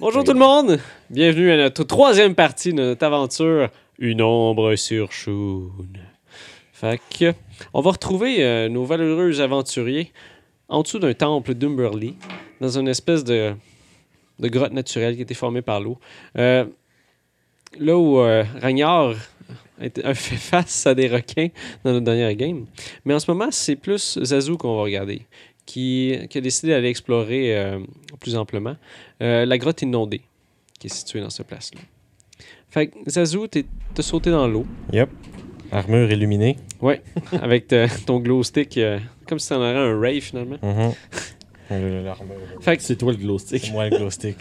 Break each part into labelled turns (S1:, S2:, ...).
S1: Bonjour tout le monde! Bienvenue à notre troisième partie de notre aventure Une ombre sur Shoon. Fait que, on va retrouver euh, nos valeureux aventuriers en dessous d'un temple d'Umberly, dans une espèce de, de grotte naturelle qui a été formée par l'eau. Euh, là où euh, Ragnar a été- a fait face à des requins dans notre dernière game. Mais en ce moment, c'est plus Zazu qu'on va regarder, qui, qui a décidé d'aller explorer euh, plus amplement. Euh, la grotte inondée qui est située dans cette place-là. Fait que Zazu, t'es- t'as sauté dans l'eau
S2: Yep. Armure illuminée.
S1: avec ta- ton glow stick, euh, comme si t'en aurais un ray finalement.
S2: Mhm. Le- L'armure.
S1: Mm-hmm. Fait que,
S3: C'est toi le glow stick.
S2: C'est moi le glow stick.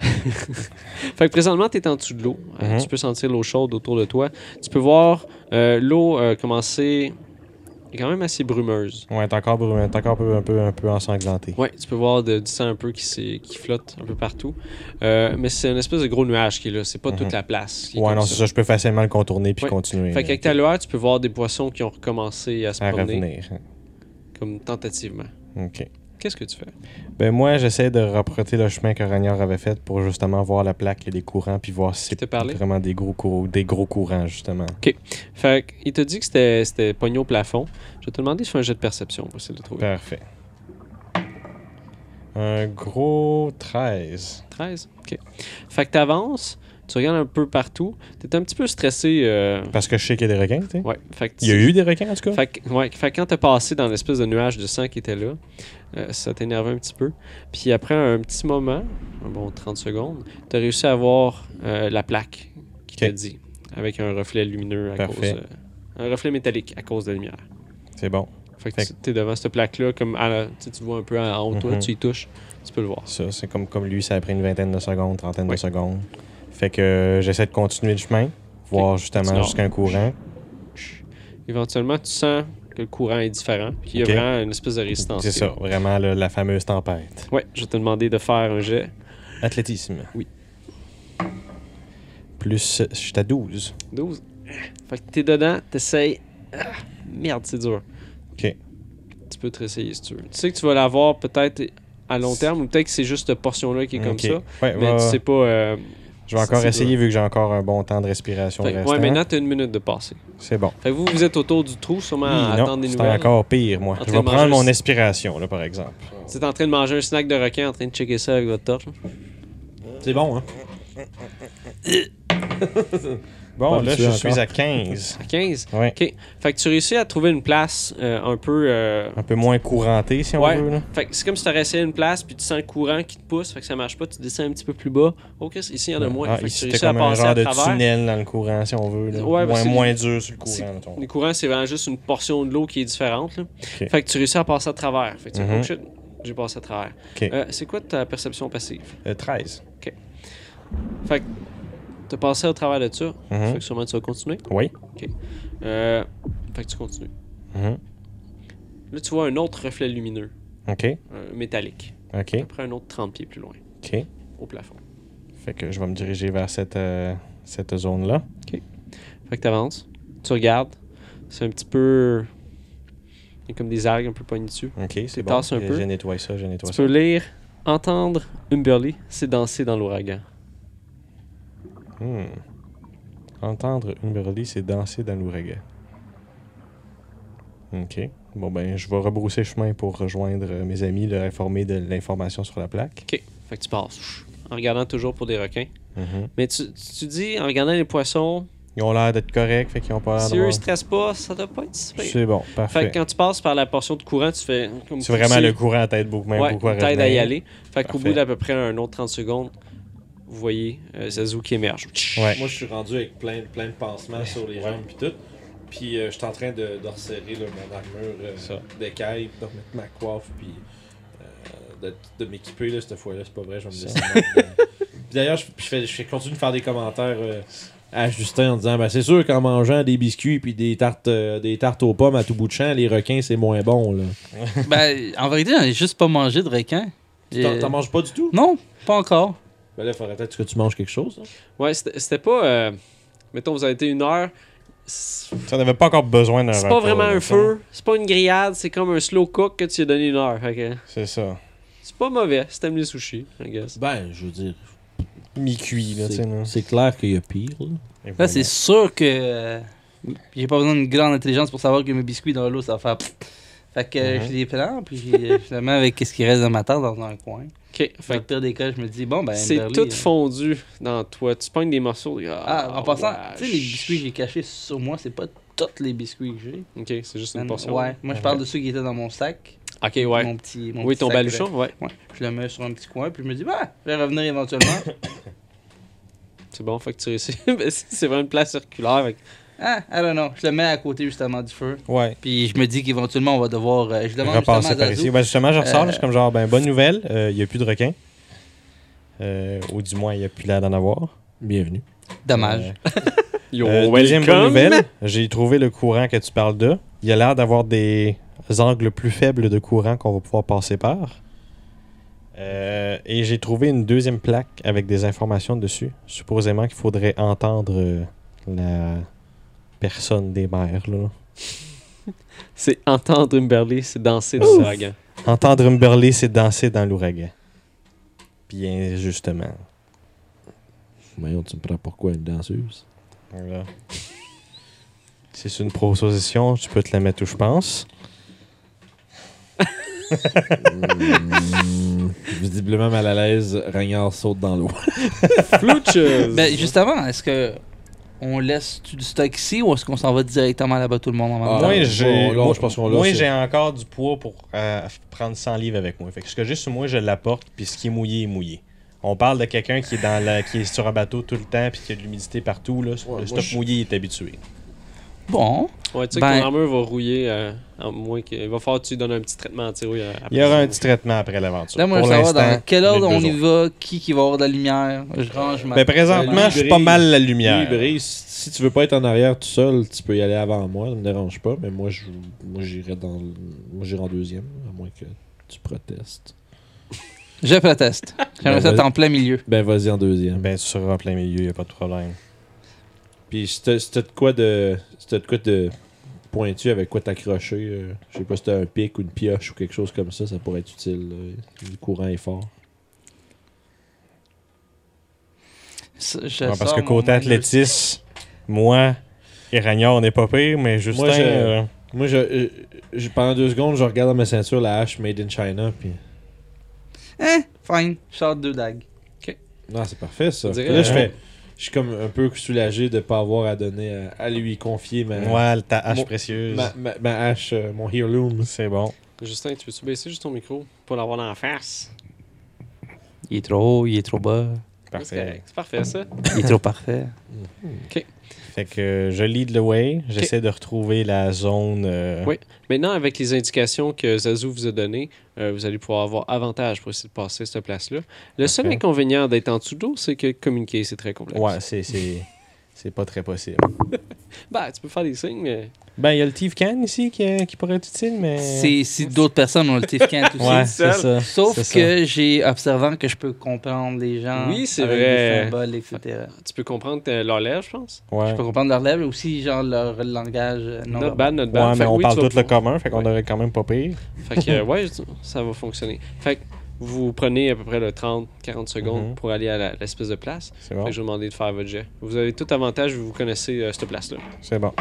S1: fait que présentement, t'es en dessous de l'eau. Euh,
S2: Mhm.
S1: Tu peux sentir l'eau chaude autour de toi. Tu peux voir euh, l'eau euh, commencer. est quand même assez brumeuse.
S2: Ouais, t'es encore, brumé- t'es encore un, peu, un, peu, un peu ensanglanté.
S1: Ouais, tu peux voir de- du sang un peu qui, s'est- qui flotte un peu partout. Euh, mais c'est une espèce de gros nuage qui est là. C'est pas toute
S2: Mhm.
S1: la place. qui est
S2: Ouais,
S1: comme
S2: non,
S1: ça.
S2: c'est ça. Je peux facilement le contourner puis
S1: Ouais.
S2: continuer. euh,
S1: Fait qu'avec ta lueur, tu peux voir des poissons qui ont recommencé à se
S2: À
S1: promener.
S2: revenir.
S1: comme tentativement.
S2: Ok.
S1: Qu'est-ce que tu fais?
S2: Ben, moi, j'essaie de reproter le chemin que Ragnar avait fait pour justement voir la plaque et les courants puis voir si
S1: Qui t'a
S2: c'est
S1: parlé?
S2: vraiment des gros, courants, des gros courants, justement.
S1: Fait que, il te dit que c'était, c'était pogné au plafond. Je vais te demander si tu fais un jet de perception pour essayer de le trouver.
S2: Parfait. Un gros 13.
S1: 13? OK. Fait que t'avances, tu regardes un peu partout. T'es un petit peu stressé. euh,
S2: Parce que je sais qu'il y a des requins, tu sais.
S1: Ouais. Fait que tu-
S2: Il y a eu des requins, en tout cas.
S1: Fait que, ouais, fait que quand t'as passé dans l'espèce de nuage de sang qui était là, euh, ça t'énervait un petit peu. Puis après un petit moment, un bon 30 secondes, t'as réussi à voir euh, la plaque qui
S2: Ok.
S1: t'a dit, avec un reflet lumineux à
S2: Parfait.
S1: cause... euh, un reflet métallique à cause de la lumière.
S2: C'est bon.
S1: Fait que
S2: Fait
S1: tu- t'es devant cette plaque-là, comme à la- tu sais, tu vois un peu en en haut de toi,
S2: Mhm.
S1: tu y touches, tu peux le voir.
S2: Ça, c'est comme, comme lui, ça a pris une vingtaine de secondes, trentaine
S1: Oui.
S2: de secondes. Fait que euh, j'essaie de continuer le chemin, voir justement
S1: Continue.
S2: jusqu'à un courant.
S1: Éventuellement, tu sens que le courant est différent, puis il y a
S2: Ok.
S1: vraiment une espèce de résistance.
S2: C'est
S1: qui est
S2: ça,
S1: là.
S2: vraiment le- la fameuse tempête.
S1: Ouais, je vais te demander de faire un jet
S2: Athlétisme.
S1: Oui.
S2: Plus, euh, je suis à 12.
S1: 12. Fait que t'es dedans, t'essayes. Ah, merde, c'est dur.
S2: Ok.
S1: Tu peux te réessayer si tu veux. Tu sais que tu vas l'avoir peut-être à long terme, ou peut-être que c'est juste cette portion-là qui est comme
S2: Ok.
S1: ça.
S2: Ouais,
S1: Mais
S2: va-
S1: tu sais pas. euh,
S2: je vais
S1: ça,
S2: encore
S1: c'est
S2: essayer vu que j'ai encore un bon temps de respiration
S1: fait que-
S2: restant.
S1: ouais, maintenant, t'as une minute de passer.
S2: C'est bon.
S1: Fait que vous, vous êtes autour du trou, sûrement à
S2: Hum,
S1: Ah, attendre
S2: non,
S1: des
S2: c'est
S1: nouvelles.
S2: encore pire,
S1: En
S2: moi. Je
S1: train de
S2: vais prendre
S1: manger-
S2: mon inspiration, là, par exemple.
S1: Vous êtes en train de manger un snack de requin, en train de checker ça avec votre torche.
S3: C'est bon, hein?
S2: Bon,
S3: Pas
S2: là, je
S3: habitué
S2: suis
S3: encore.
S2: à 15.
S1: À 15.
S2: Ouais.
S1: Ok. Fait que tu réussis à trouver une place euh, un peu. euh,
S2: Un peu moins couranté, si on
S1: Ouais.
S2: veut. Là.
S1: Fait que c'est comme si t'aurais essayé une place, puis tu sens le courant qui te pousse, fait que ça marche pas, tu descends un petit peu plus bas. Ok, ici il y en a moins.
S2: Ah,
S1: fait que tu
S2: ici,
S1: réussis
S2: c'était
S1: à
S2: comme un
S1: passer
S2: genre
S1: à
S2: de
S1: travers.
S2: tunnel dans le courant, si on veut. là.
S1: Ouais, parce
S2: moins,
S1: que
S2: moins dur sur le courant.
S1: c'est-
S2: mettons.
S1: Les courants, c'est vraiment juste une portion de l'eau qui est différente. là. Fait que tu réussis à passer à travers. Fait que tu fais,
S2: Mhm.
S1: oh shit, j'ai passé à travers.
S2: Ok.
S1: Euh, c'est quoi ta perception passive?
S2: Euh, 13.
S1: Fait que t'as passé au travers de ça.
S2: Mhm.
S1: Fait que sûrement tu vas continuer.
S2: Oui.
S1: Euh, fait que tu continues.
S2: Mhm.
S1: Là, tu vois un autre reflet lumineux,
S2: OK.
S1: euh, métallique.
S2: OK.
S1: Après un autre 30 pieds plus loin,
S2: OK.
S1: au plafond.
S2: Fait que je vais me diriger vers cette, euh, cette zone-là.
S1: Fait que t'avances, tu regardes, c'est un petit peu. Il y a comme des algues un peu pognées dessus.
S2: OK, c'est bon.
S1: tasses un
S2: Euh,
S1: peu.
S2: Je nettoie ça, je nettoie
S1: Tu
S2: ça.
S1: peux lire, entendre Umberly, c'est danser dans l'ouragan.
S2: Hmm. Entendre une berlie, c'est danser dans l'ouragan. OK. Bon, ben, je vais rebrousser chemin pour rejoindre euh, mes amis, leur informer de l'information sur la plaque.
S1: Ok, fait que tu passes. En regardant toujours pour des requins.
S2: Mhm.
S1: Mais tu, tu tu dis, en regardant les poissons,
S2: Ils ont l'air d'être corrects, fait qu'ils ont pas l'air
S1: si
S2: de.
S1: eux ils
S2: voir-
S1: se stressent pas, ça doit pas être si pire.
S2: C'est bon,
S1: Fait
S2: parfait.
S1: que quand tu passes par la portion de courant, tu fais. comme
S2: C'est vraiment
S1: pousser-
S2: le courant à tête beaucoup, même
S1: Ouais,
S2: beaucoup à
S1: t'aides à y
S2: retenir.
S1: aller. Fait qu'au
S2: Parfait.
S1: bout d'à peu près un autre 30 secondes, vous voyez euh, Zazu qui émerge.
S2: Ouais.
S3: Moi, je suis rendu avec plein, plein de pansements sur les jambes puis tout. Puis euh, je suis en train de, de resserrer là, mon armure
S2: Ça.
S3: euh, d'écaille, de remettre ma coiffe, puis euh, de, de m'équiper là, cette fois-là. C'est pas vrai, je vais
S2: Ça.
S3: me laisser. mettre, euh. Puis D'ailleurs, je, je fais, je fais- continue de faire des commentaires euh, à Justin en disant ben, C'est sûr qu'en mangeant des biscuits puis des tartes, euh, des tartes aux pommes à tout bout de champ, les requins, c'est moins bon. là.
S4: Ben, en vérité, j'en ai juste pas mangé de requin.
S3: Tu T'en
S4: Et-
S3: t'en manges pas du tout
S4: Non, pas encore.
S3: Ben là, il faudrait peut-être que tu manges quelque chose. hein. là.
S1: Ouais, c'était c'était pas. euh, mettons, vous avez été une heure. C'est
S2: Ça n'avait pas encore besoin d'un
S1: c'est pas
S2: repas,
S1: vraiment
S2: là,
S1: un
S2: tu sais.
S1: feu, c'est pas une grillade, c'est comme un slow cook que tu lui as donné une heure. Fait que
S2: C'est ça.
S1: c'est pas mauvais, si t'aimes les sushis, I guess.
S3: Ben, je veux dire,
S2: mi-cuit. Là, tu sais, là.
S3: C'est- C'est clair qu'il y a pire. là.
S2: Et
S4: Là,
S2: voilà.
S4: c'est sûr que euh, j'ai pas besoin d'une grande intelligence pour savoir que mes biscuits dans l'eau, ça va faire. pfft. Fait que euh,
S2: Mhm.
S4: je les prends, puis j'ai- finalement, avec ce qui reste de ma tarte dans un coin.
S1: Ok,
S4: Fait
S1: fait
S4: que
S1: que
S4: pire des cas, je me dis, bon, ben.
S1: c'est
S4: Amberley,
S1: tout
S4: euh,
S1: fondu dans toi. Tu pognes des morceaux.
S4: Ah, en passant, tu sais, les biscuits que
S1: biscuits.
S4: j'ai cachés sur moi, c'est pas tous les biscuits que j'ai.
S1: Ok, c'est juste une
S4: Man,
S1: portion.
S4: Ah, Ouais, moi je parle de ceux qui étaient dans mon sac.
S1: Ok, ouais.
S4: Mon petit, mon
S1: Oui,
S4: petit
S1: ton
S4: sac de-
S1: baluchon, ouais.
S4: Ouais, je le mets sur un petit coin, puis je me dis, bah, je vais revenir éventuellement.
S1: C'est bon, fait que tu réussis. Mais c'est c'est vraiment une place circulaire. fait que-
S4: ah, I don't know. Je le mets à côté justement du feu.
S2: Ouais.
S4: Puis je me dis qu'éventuellement, on va devoir. euh, je demande justement à
S2: repasser par
S4: Zazu.
S2: ici. Ben, justement, je ressors,
S4: Euh,
S2: là, je suis comme genre, ben, bonne nouvelle, euh, il n'y a plus de requins. Euh, ou du moins, il n'y a plus l'air d'en avoir.
S3: Bienvenue.
S4: Dommage.
S1: Yo,
S2: Euh, deuxième bonne
S1: welcome.
S2: nouvelle, j'ai trouvé le courant que tu parles de. Il a l'air d'avoir des angles plus faibles de courant qu'on va pouvoir passer par. Euh, et j'ai trouvé une deuxième plaque avec des informations dessus. Supposément qu'il faudrait entendre euh, la personne des mers. Là.
S1: C'est entendre Umberly, c'est danser dans
S2: Ouf.
S1: l'ouragan.
S2: Entendre Umberley, c'est danser dans l'ouragan. Bien, justement.
S3: Voyons, tu me prends pourquoi une danseuse
S2: Voilà. Si c'est une proposition, tu peux te la mettre où je pense.
S3: Euh, Visiblement mal à l'aise, Ragnard saute dans l'eau.
S1: Flooches!
S4: Ben, juste avant, est-ce que on laisse du stock ici ou est-ce qu'on s'en va directement là-bas tout le monde en même
S3: Ah,
S4: temps?
S2: moi,
S3: ouais.
S2: j'ai,
S3: bon, là,
S2: moi,
S3: je pense qu'on l'a,
S2: moi,
S3: c'est-
S2: j'ai encore du poids pour euh, f- prendre 100 livres avec moi. Fait que ce que j'ai sur moi, je l'apporte, puis ce qui est mouillé est mouillé. On parle de quelqu'un qui est dans la, qui est sur un bateau tout le temps, puis qui a de l'humidité partout. Là.
S3: moi,
S2: le stock
S3: je-
S2: mouillé est habitué.
S4: Bon.
S1: Ouais, tu sais
S4: Ben-
S1: que ton armure va rouiller, euh, à moins qu'il il va falloir que tu lui donnes un petit traitement anti-rouille. euh, après
S2: Il y aura
S1: ça.
S2: un petit traitement après l'aventure.
S4: Là, moi, je
S2: Pour
S4: veux savoir
S2: l'instant,
S4: dans quel ordre
S2: j'ai
S4: on
S2: deux
S4: y
S2: autres.
S4: va, qui qui va avoir de la lumière. Je range ma.
S2: Ben, présentement,
S3: Ben,
S2: je suis pas
S3: lui,
S2: mal la
S3: Oui,
S2: lumière.
S3: Brise, si tu veux pas être en arrière tout seul, tu peux y aller avant moi, ça me dérange pas, mais moi je moi j'irai dans le- moi j'irai en deuxième, à moins que tu protestes.
S4: Je proteste.
S3: Ben,
S4: J'aimerais ça
S3: vas-y.
S4: être en plein milieu.
S3: Ben vas-y en deuxième.
S2: Ben, tu seras en plein milieu, y a pas de problème.
S3: Puis si t'as si t'as de quoi de si t'as de quoi de pointu avec quoi t'accrocher, euh, je sais pas si t'as un pic ou une pioche ou quelque chose comme ça, ça pourrait être utile. là. Le courant est fort.
S4: Ça, je
S2: Ouais, parce
S4: sors
S2: que
S4: mon
S2: côté
S4: manuel.
S2: athlétisme, moi et Ragnard, on n'est pas pire, mais Justin.
S3: Moi, je-
S2: euh,
S3: Moi je, euh, je- pendant deux secondes, je regarde dans ma ceinture la hache Made in China puis
S4: Hein? Fine. Je sors deux dagues.
S3: Non, c'est parfait ça.
S1: On dirait- euh,
S3: Là je
S2: Ouais.
S3: fais je suis comme un peu soulagé de pas avoir à donner à, à lui confier ma
S2: ouais, ta hache
S3: Mon-
S2: précieuse.
S3: Ben, Ma, ma, ma hache, euh, mon heirloom.
S2: C'est bon.
S1: Justin, tu veux-tu baisser juste ton micro pour l'avoir dans la face?
S4: Il est trop haut, il est trop bas,
S1: C'est
S2: Parfait.
S1: correct, C'est parfait, ça.
S4: il est trop parfait.
S2: Fait que euh, je lead the way. J'essaie de retrouver la zone. euh,
S1: Oui. Maintenant, avec les indications que Zazu vous a données, euh, vous allez pouvoir avoir avantage pour essayer de passer cette place-là. Le seul
S2: Parfait.
S1: inconvénient d'être en dessous d'eau, c'est que communiquer, c'est très complexe.
S2: Ouais, c'est, c'est, c'est pas très possible.
S1: Ben, tu peux faire des signes, mais
S2: Ben, il y a le Thief Can ici qui, euh, qui pourrait être utile, mais.
S4: Si, si d'autres personnes ont le Tifkant aussi.
S2: Ouais, c'est ça.
S4: Sauf
S2: c'est ça.
S4: que j'ai observant que je peux comprendre les gens.
S1: Oui, c'est
S4: avec
S1: vrai.
S4: Des symboles, etc.
S1: tu peux comprendre euh, leur lèvre, je pense.
S2: Ouais.
S4: Je peux comprendre leur lèvres et aussi genre leur langage euh, non
S1: Notre
S4: verbal.
S1: bad, notre bad.
S2: Ouais,
S1: Fait
S2: mais
S1: que
S2: on
S1: oui,
S2: parle
S1: tu vas
S2: tout le
S1: pouvoir-
S2: commun, fait qu'on
S1: Ouais.
S2: aurait quand même pas pire.
S1: Fait que, euh, ouais, je- ça va fonctionner. Fait que vous prenez à peu près le 30-40 secondes
S2: Mhm.
S1: pour aller à la- l'espèce de place.
S2: C'est bon.
S1: Fait que je vais demander de faire votre jet. Vous avez tout avantage, vous connaissez euh, cette place-là.
S2: C'est bon.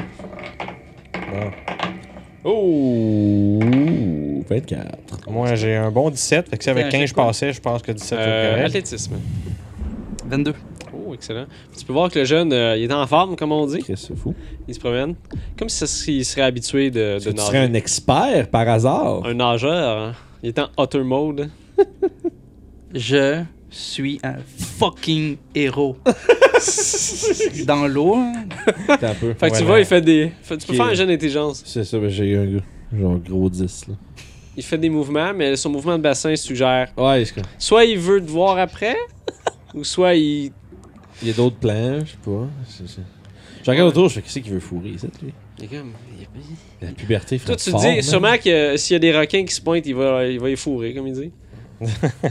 S2: Bon.
S3: Oh! 24.
S2: Moi, j'ai un bon 17. Fait que si avec 15
S4: Tiens, check
S2: je
S4: quoi?
S2: passais, je pense que 17
S1: Euh,
S2: c'est correct.
S1: athlétisme.
S4: 22.
S1: Oh, excellent. Tu peux voir que le jeune, euh, il est en forme, comme on dit.
S3: Qu'est-ce que c'est fou?
S1: Il se promène. Comme si ça serait- il serait habitué de, de
S3: tu serais
S1: nager.
S3: un expert par hasard?
S1: Un nageur, hein. Il est en otter mode.
S4: Je suis un fucking héros. Dans l'eau. hein.
S3: Attends un peu.
S1: Fait que tu
S2: Voilà.
S1: vois, il fait des. fait- tu peux
S3: Ok.
S1: faire un jeu d'intelligence.
S3: C'est ça, ben, j'ai eu un gros- genre gros 10. Là.
S1: Il fait des mouvements, mais son mouvement de bassin suggère.
S3: Ouais, c'est comme-
S1: Soit il veut te voir après, ou soit il.
S3: Il y a d'autres plans, je sais pas. C'est- c'est- Je regarde autour, je fais qu'est-ce qu'il veut fourrer, ça, lui?
S1: Il est comme.
S3: La puberté,
S1: Toi,
S3: frappe
S1: tu te
S3: fort,
S1: dis
S3: man.
S1: sûrement que euh, s'il y a des requins qui se pointent, il va, il va y fourrer, comme il dit.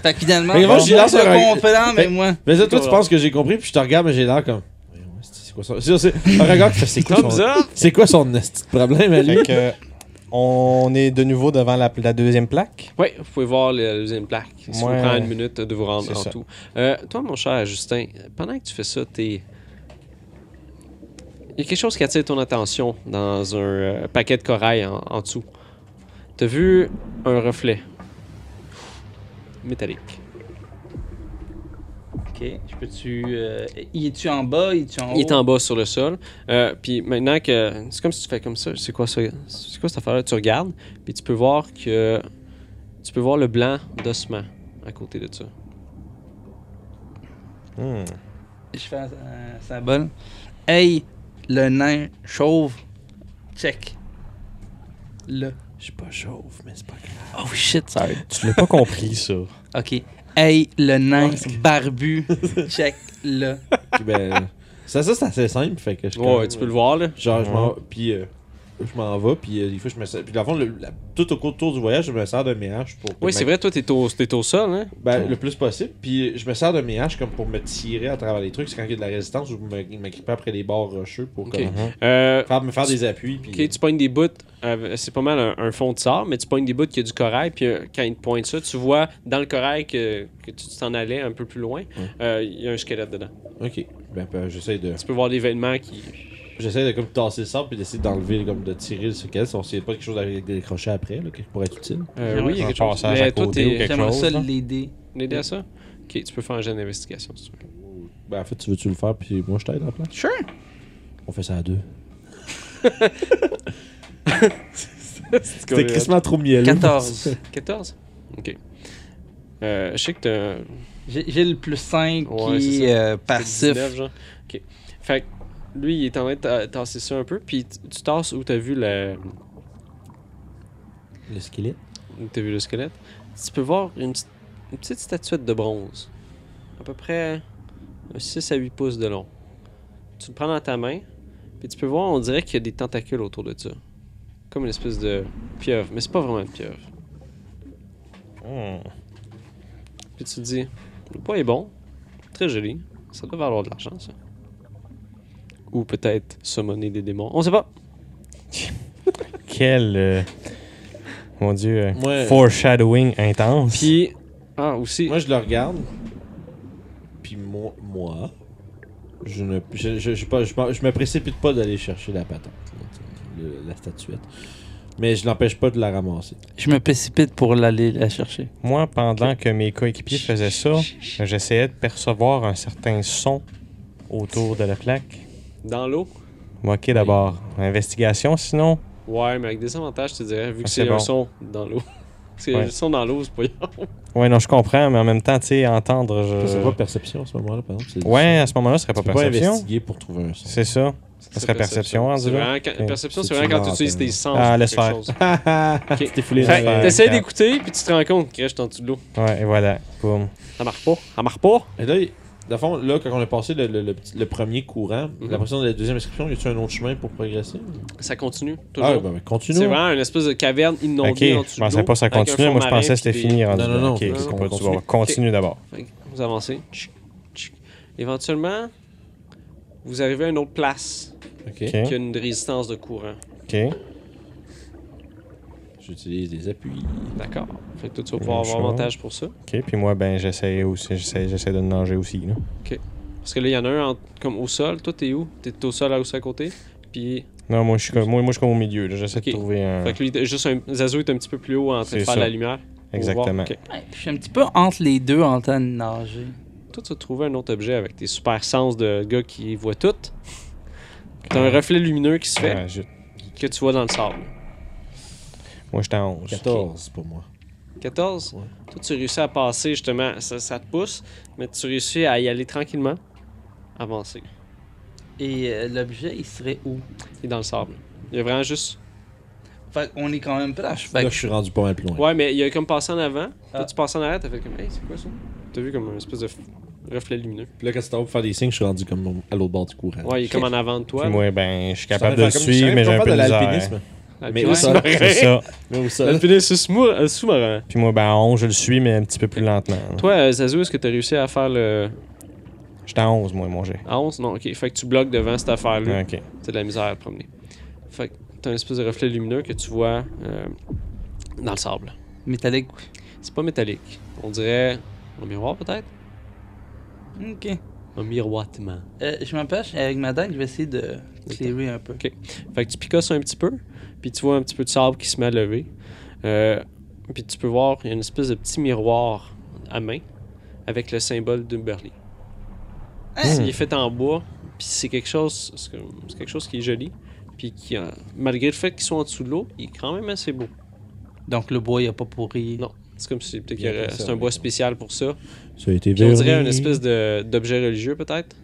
S4: Fait que finalement,
S3: Mais moi,
S4: je
S3: j'y lance un-
S4: comprends, mais
S3: Fait-
S4: moi.
S3: Mais ça, toi, tu penses que j'ai compris, puis je te regarde, mais j'ai l'air comme. Ouais, ouais, c'est- C'est quoi ça? C'est c'est- un regard qui fait c'est quoi
S1: Thumbs
S3: son.
S1: up!
S3: C'est quoi son esti de problème à lui?
S2: Fait que, On est de nouveau devant la, la deuxième plaque.
S1: Oui, vous pouvez voir la deuxième plaque. Ça vous
S2: Ouais.
S1: prend une minute de vous rendre
S2: C'est
S1: en
S2: ça.
S1: tout. Euh, toi, mon cher Justin, pendant que tu fais ça, t'es. Il y a quelque chose qui attire ton attention dans un euh, paquet de corail en, en dessous. T'as vu un reflet métallique.
S4: Ok. Je peux-tu. euh, y es-tu en bas Y es-tu en haut
S1: Il est en bas sur le sol. Euh, puis maintenant que. C'est comme si tu fais comme ça. C'est quoi, ça? C'est quoi cette affaire-là? Tu regardes, puis tu peux voir que. Tu peux voir le blanc d'ossement à côté de ça.
S2: Hmm.
S4: Je fais un, un symbole. Hey, le nain chauve. Check. Là.
S3: Je suis pas chauve, mais c'est pas grave.
S4: Oh shit, sorry.
S2: Tu l'as pas compris, ça.
S4: Ok. Hey, le nain barbu. Check. Là.
S3: Puis ben, ça, ça c'est assez simple, fait que je
S1: Ouais, tu peux le voir, là.
S3: Genre, je m'en puis euh, je m'en vais, puis euh, des fois, je me sers. Puis, dans le fond, le- la- tout au cours du tour du voyage, je me sers de mes haches pour.
S1: Oui, c'est vrai, toi, t'es au, t'es au sol, hein?
S3: Ben, le plus possible. Puis, euh, je me sers de mes haches comme pour me tirer à travers les trucs. C'est quand il y a de la résistance ou me, me gripper après les bords rocheux pour
S1: Ok.
S3: comme,
S1: Euh,
S3: faire, me faire des appuis. Puis,
S1: ok, tu pognes des bouts, euh, c'est pas mal un, un fond de sable, mais tu pognes des bouts qui a du corail, puis euh, quand ils te pointent ça, tu vois dans le corail que, que tu t'en allais un peu plus loin, euh, il y a un squelette dedans.
S3: Ok. Ben, ben, j'essaie de.
S1: Tu peux voir les vêtements qui.
S3: J'essaie de comme tasser le sable puis d'essayer d'enlever, comme de tirer le secret. Si on sait pas quelque chose à décrocher après, là, qui pourrait être utile.
S1: Euh,
S4: J'aimerais
S1: oui, il y a
S2: un
S1: quelque chose.
S2: passage à
S1: Mais toi,
S2: côté ou
S1: t'es.
S2: quelque
S4: J'aimerais
S2: chose,
S4: ça
S2: là.
S4: l'aider.
S1: L'aider à ça? Ok, tu peux faire un jeu d'investigation si tu veux.
S3: Ben, en fait, tu veux-tu le faire, puis moi, je t'aide en place
S4: Sure.
S3: On fait ça à deux.
S1: C'était
S3: trop mielleux.
S4: 14.
S1: 14? Ok. Euh, je sais que t'as.
S4: J'ai j'ai le plus 5
S1: Ouais,
S4: qui
S1: c'est
S4: est euh,
S1: T'as
S4: passif.
S1: 19, genre. Ok. Fait que lui, il est en train de ta- tasser ça un peu, puis tu tu tasses où t'as vu le.
S3: Le squelette.
S1: Donc, T'as vu le squelette? Tu peux voir une, petite- une petite statuette de bronze. À peu près un 6 à 8 pouces de long. Tu le prends dans ta main, puis tu peux voir, on dirait qu'il y a des tentacules autour de ça. Comme une espèce de pieuvre, mais c'est pas vraiment une pieuvre.
S2: Hmm.
S1: Puis tu te dis, le poids est bon, très joli, ça doit valoir de l'argent, ça. Ou peut-être summoner des démons. On sait pas.
S2: Quel. euh, mon dieu. euh,
S3: Moi-
S2: Foreshadowing intense.
S1: Puis, ah, aussi,
S3: Moi, je le regarde. Puis moi, moi je ne je, je, je, pas- je, m'en- je me précipite pas d'aller chercher la patente, là, tu sais, le- la statuette. Mais je l'empêche pas de la ramasser.
S4: Je me précipite pour l'aller la chercher.
S2: Moi, pendant que mes coéquipiers faisaient ça, euh, j'essayais de percevoir un certain son autour de la plaque.
S1: dans l'eau,
S2: Ok, d'abord. Investigation, sinon.
S1: ouais, mais avec des avantages, je te dirais, vu que
S2: Ah,
S1: c'est
S2: c'est
S1: un
S2: bon.
S1: son dans l'eau. Parce que
S2: Ouais.
S1: le son dans l'eau, c'est pas
S2: Ouais, non, je comprends, mais en même temps, tu sais, entendre. je-
S3: Ça, C'est pas perception à ce moment-là, par exemple. c'est-
S2: Euh. Ouais, à ce moment-là, ce serait
S3: Tu
S2: pas
S3: peux pas
S2: perception.
S3: investiguer pour trouver un son.
S2: C'est ça. Ça serait perception, rendu
S1: C'est
S2: là.
S1: vraiment quand-
S2: Ok.
S1: Perception, c'est
S3: C'est
S1: vraiment quand
S3: une
S1: tu utilises tes
S3: lanterne.
S1: sens.
S2: Ah,
S1: pour
S2: laisse
S1: quelque
S2: faire.
S1: chose.
S3: tu t'es foulé
S1: Fait
S2: laisse faire.
S1: que
S3: l'affaire.
S1: T'essayes
S2: quatre.
S1: d'écouter, puis tu te rends compte que je suis en dessous de l'eau.
S2: Ouais, et voilà. Boum.
S1: Ça marche pas. Ça marche pas.
S3: Et là, dans le fond, là, quand on a passé le, le- le petit- le premier courant,
S1: Mhm.
S3: la pression de la deuxième inscription, y a-tu un autre chemin pour progresser
S1: Ça continue. Toujours.
S3: Ah, ben, ben, continue.
S1: c'est vraiment une espèce de caverne inondée
S2: Ok,
S1: en
S2: je
S1: dessous de l'eau.
S2: pensais pas que ça
S1: avec un
S2: continuait.
S1: fond
S2: Moi, je
S1: marin
S2: pensais que
S1: puis
S2: c'était
S1: des-
S2: fini. rendu
S3: Non, non,
S2: là.
S3: non,
S2: Ok,
S3: non,
S2: ok,
S3: non,
S2: on
S3: on
S2: continue.
S3: continue.
S2: Continue d'abord.
S1: Fait que Vous avancez. Tchic, tchic. Éventuellement, vous arrivez à une autre place
S3: Ok.
S2: Ok,
S1: qui a une résistance de courant.
S2: ok.
S3: J'utilise des appuis.
S1: D'accord. Fait que toi, tu vas pouvoir
S2: Même
S1: avoir
S2: chose.
S1: avantage pour ça.
S2: Ok, puis moi, ben, j'essaie aussi. J'essaie j'essaie de nager aussi, là.
S1: Parce que là, il y en a un en- comme au sol. Toi, t'es où T'es au sol, là aussi à côté. Puis,
S2: Non, moi, je suis comme, moi, moi, je suis comme au milieu, là. J'essaie
S1: Ok.
S2: de trouver un.
S1: fait que lui, t'es juste un... Zazo est un petit peu plus haut en train de
S2: C'est
S1: faire
S2: ça.
S1: la lumière. pour
S2: Exactement.
S1: voir. Ok.
S4: Ouais, je suis un petit peu entre les deux en train de nager.
S1: Toi, tu as trouvé un autre objet avec tes super sens de gars qui voit tout. T'as un reflet lumineux qui se fait,
S2: Ah, je-
S1: que tu vois dans le sable.
S2: Moi, j'étais en 11.
S3: 14 pour moi.
S1: 14?
S3: Ouais.
S1: Toi, tu réussis à passer, justement, ça, ça te pousse, mais tu réussis à y aller tranquillement, avancer.
S4: Et euh, l'objet, il serait où?
S1: Et dans le sable. Il y a vraiment juste...
S4: Fait qu'on est quand même proche. Fait
S3: Là,
S4: que
S3: je suis rendu pas mal plus loin.
S1: Ouais, mais il y a comme passé en avant. Toi,
S4: Ah.
S1: tu passes en arrière, t'as fait comme... Hey, c'est quoi ça? T'as vu comme une espèce de f- reflet lumineux.
S3: Puis là, quand tu t'en vas pour faire des signes, je suis rendu comme à l'autre bord du courant.
S1: Ouais, il est comme en avant de toi.
S2: Puis moi, ben, je suis
S3: Ça
S2: capable de
S3: fait
S2: le
S3: comme-
S2: suivre, mais
S3: ça fait
S2: j'ai un
S3: pas
S2: peu de
S3: de
S2: misère. hein.
S3: l'alpinisme.
S1: là.
S3: Mais
S1: Ah, Puis
S3: au
S1: ouais.
S3: sol.
S2: C'est ça.
S3: Mais au sol.
S1: L'alpiniste sous- euh, sous-marin.
S2: Puis moi, ben, en 11, je le suis, mais un petit peu plus lentement. là.
S1: Toi, euh, Zazu, est-ce que t'as réussi à faire le...
S2: J'étais en 11, moi, mon jet.
S1: À 11? Non, ok. Fait que tu bloques devant cette affaire-là.
S2: Ok.
S1: T'as de la misère à te promener. Fait que t'as un espèce de reflet lumineux que tu vois euh, dans le sable.
S4: Métallique. oui.
S1: C'est pas métallique. On dirait un miroir peut-être?
S4: Ok.
S1: Un miroitement.
S4: Euh, je m'empêche, avec ma dague, je vais essayer de clearer un peu.
S1: Fait que tu picasses un petit peu, puis tu vois un petit peu de sable qui se met à lever. Euh, puis tu peux voir, il y a une espèce de petit miroir à main avec le symbole d'Umberly.
S4: Hein?
S1: Il est fait en bois, puis c'est quelque chose c'est comme- c'est quelque chose qui est joli, puis qui, euh, malgré le fait qu'il soit en dessous de l'eau, il est quand même assez beau.
S4: Donc le bois, il a pas pourri.
S1: Non, c'est comme si peut-être
S3: Bien
S1: qu'il y aurait-
S3: conservé,
S1: c'est un bois
S3: donc.
S1: spécial pour ça.
S3: Ça a été
S1: Puis on
S3: verrouillé.
S1: dirait une espèce de- d'objet religieux peut-être.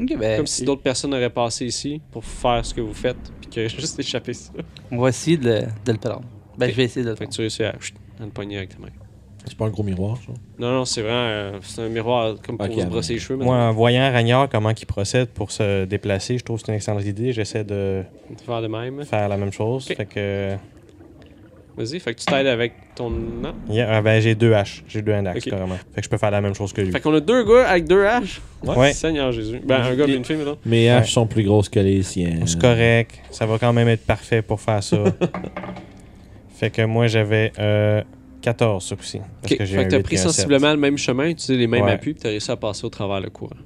S4: Ok, ben.
S1: Comme si d'autres personnes auraient passé ici pour faire ce que vous faites, puis qu'ils auraient juste échappé ça.
S4: On va essayer de le, de le prendre. Ben,
S1: Ok.
S4: je vais essayer de le
S1: Fait que
S4: prendre.
S1: tu réussis à, chut, à le poigner avec ta main.
S3: C'est pas un gros miroir, ça.
S1: Non, non, c'est vraiment euh, c'est un miroir comme pour
S3: Ok,
S1: se brosser les cheveux.
S2: Moi,
S1: maintenant.
S2: en voyant Ragnard comment il procède pour se déplacer, je trouve que c'est une excellente idée. J'essaie de
S1: Faire de même.
S2: faire la même chose.
S1: Ok.
S2: Fait que. euh,
S1: Vas-y, fait que tu t'aides avec ton. Non.
S2: Yeah, ah ben, j'ai deux haches. J'ai deux handaxes,
S1: Ok.
S2: carrément. Fait que je peux faire la même chose que lui.
S1: Fait qu'on a deux gars avec deux haches.
S2: Ouais.
S1: Seigneur Jésus. Ben, un gars et une fille, maintenant.
S3: Mes
S2: Ouais.
S3: haches sont plus grosses que les siennes.
S2: C'est correct. Ça va quand même être parfait pour faire ça. fait que moi, j'avais euh, 14 ce coup-ci. Parce
S1: Ok,
S2: que j'ai
S1: Fait
S2: un
S1: que t'as
S2: huit
S1: pris
S2: et un sept.
S1: sensiblement le même chemin, utilisé les mêmes
S2: Ouais.
S1: appuis, puis t'as réussi à passer au travers le courant.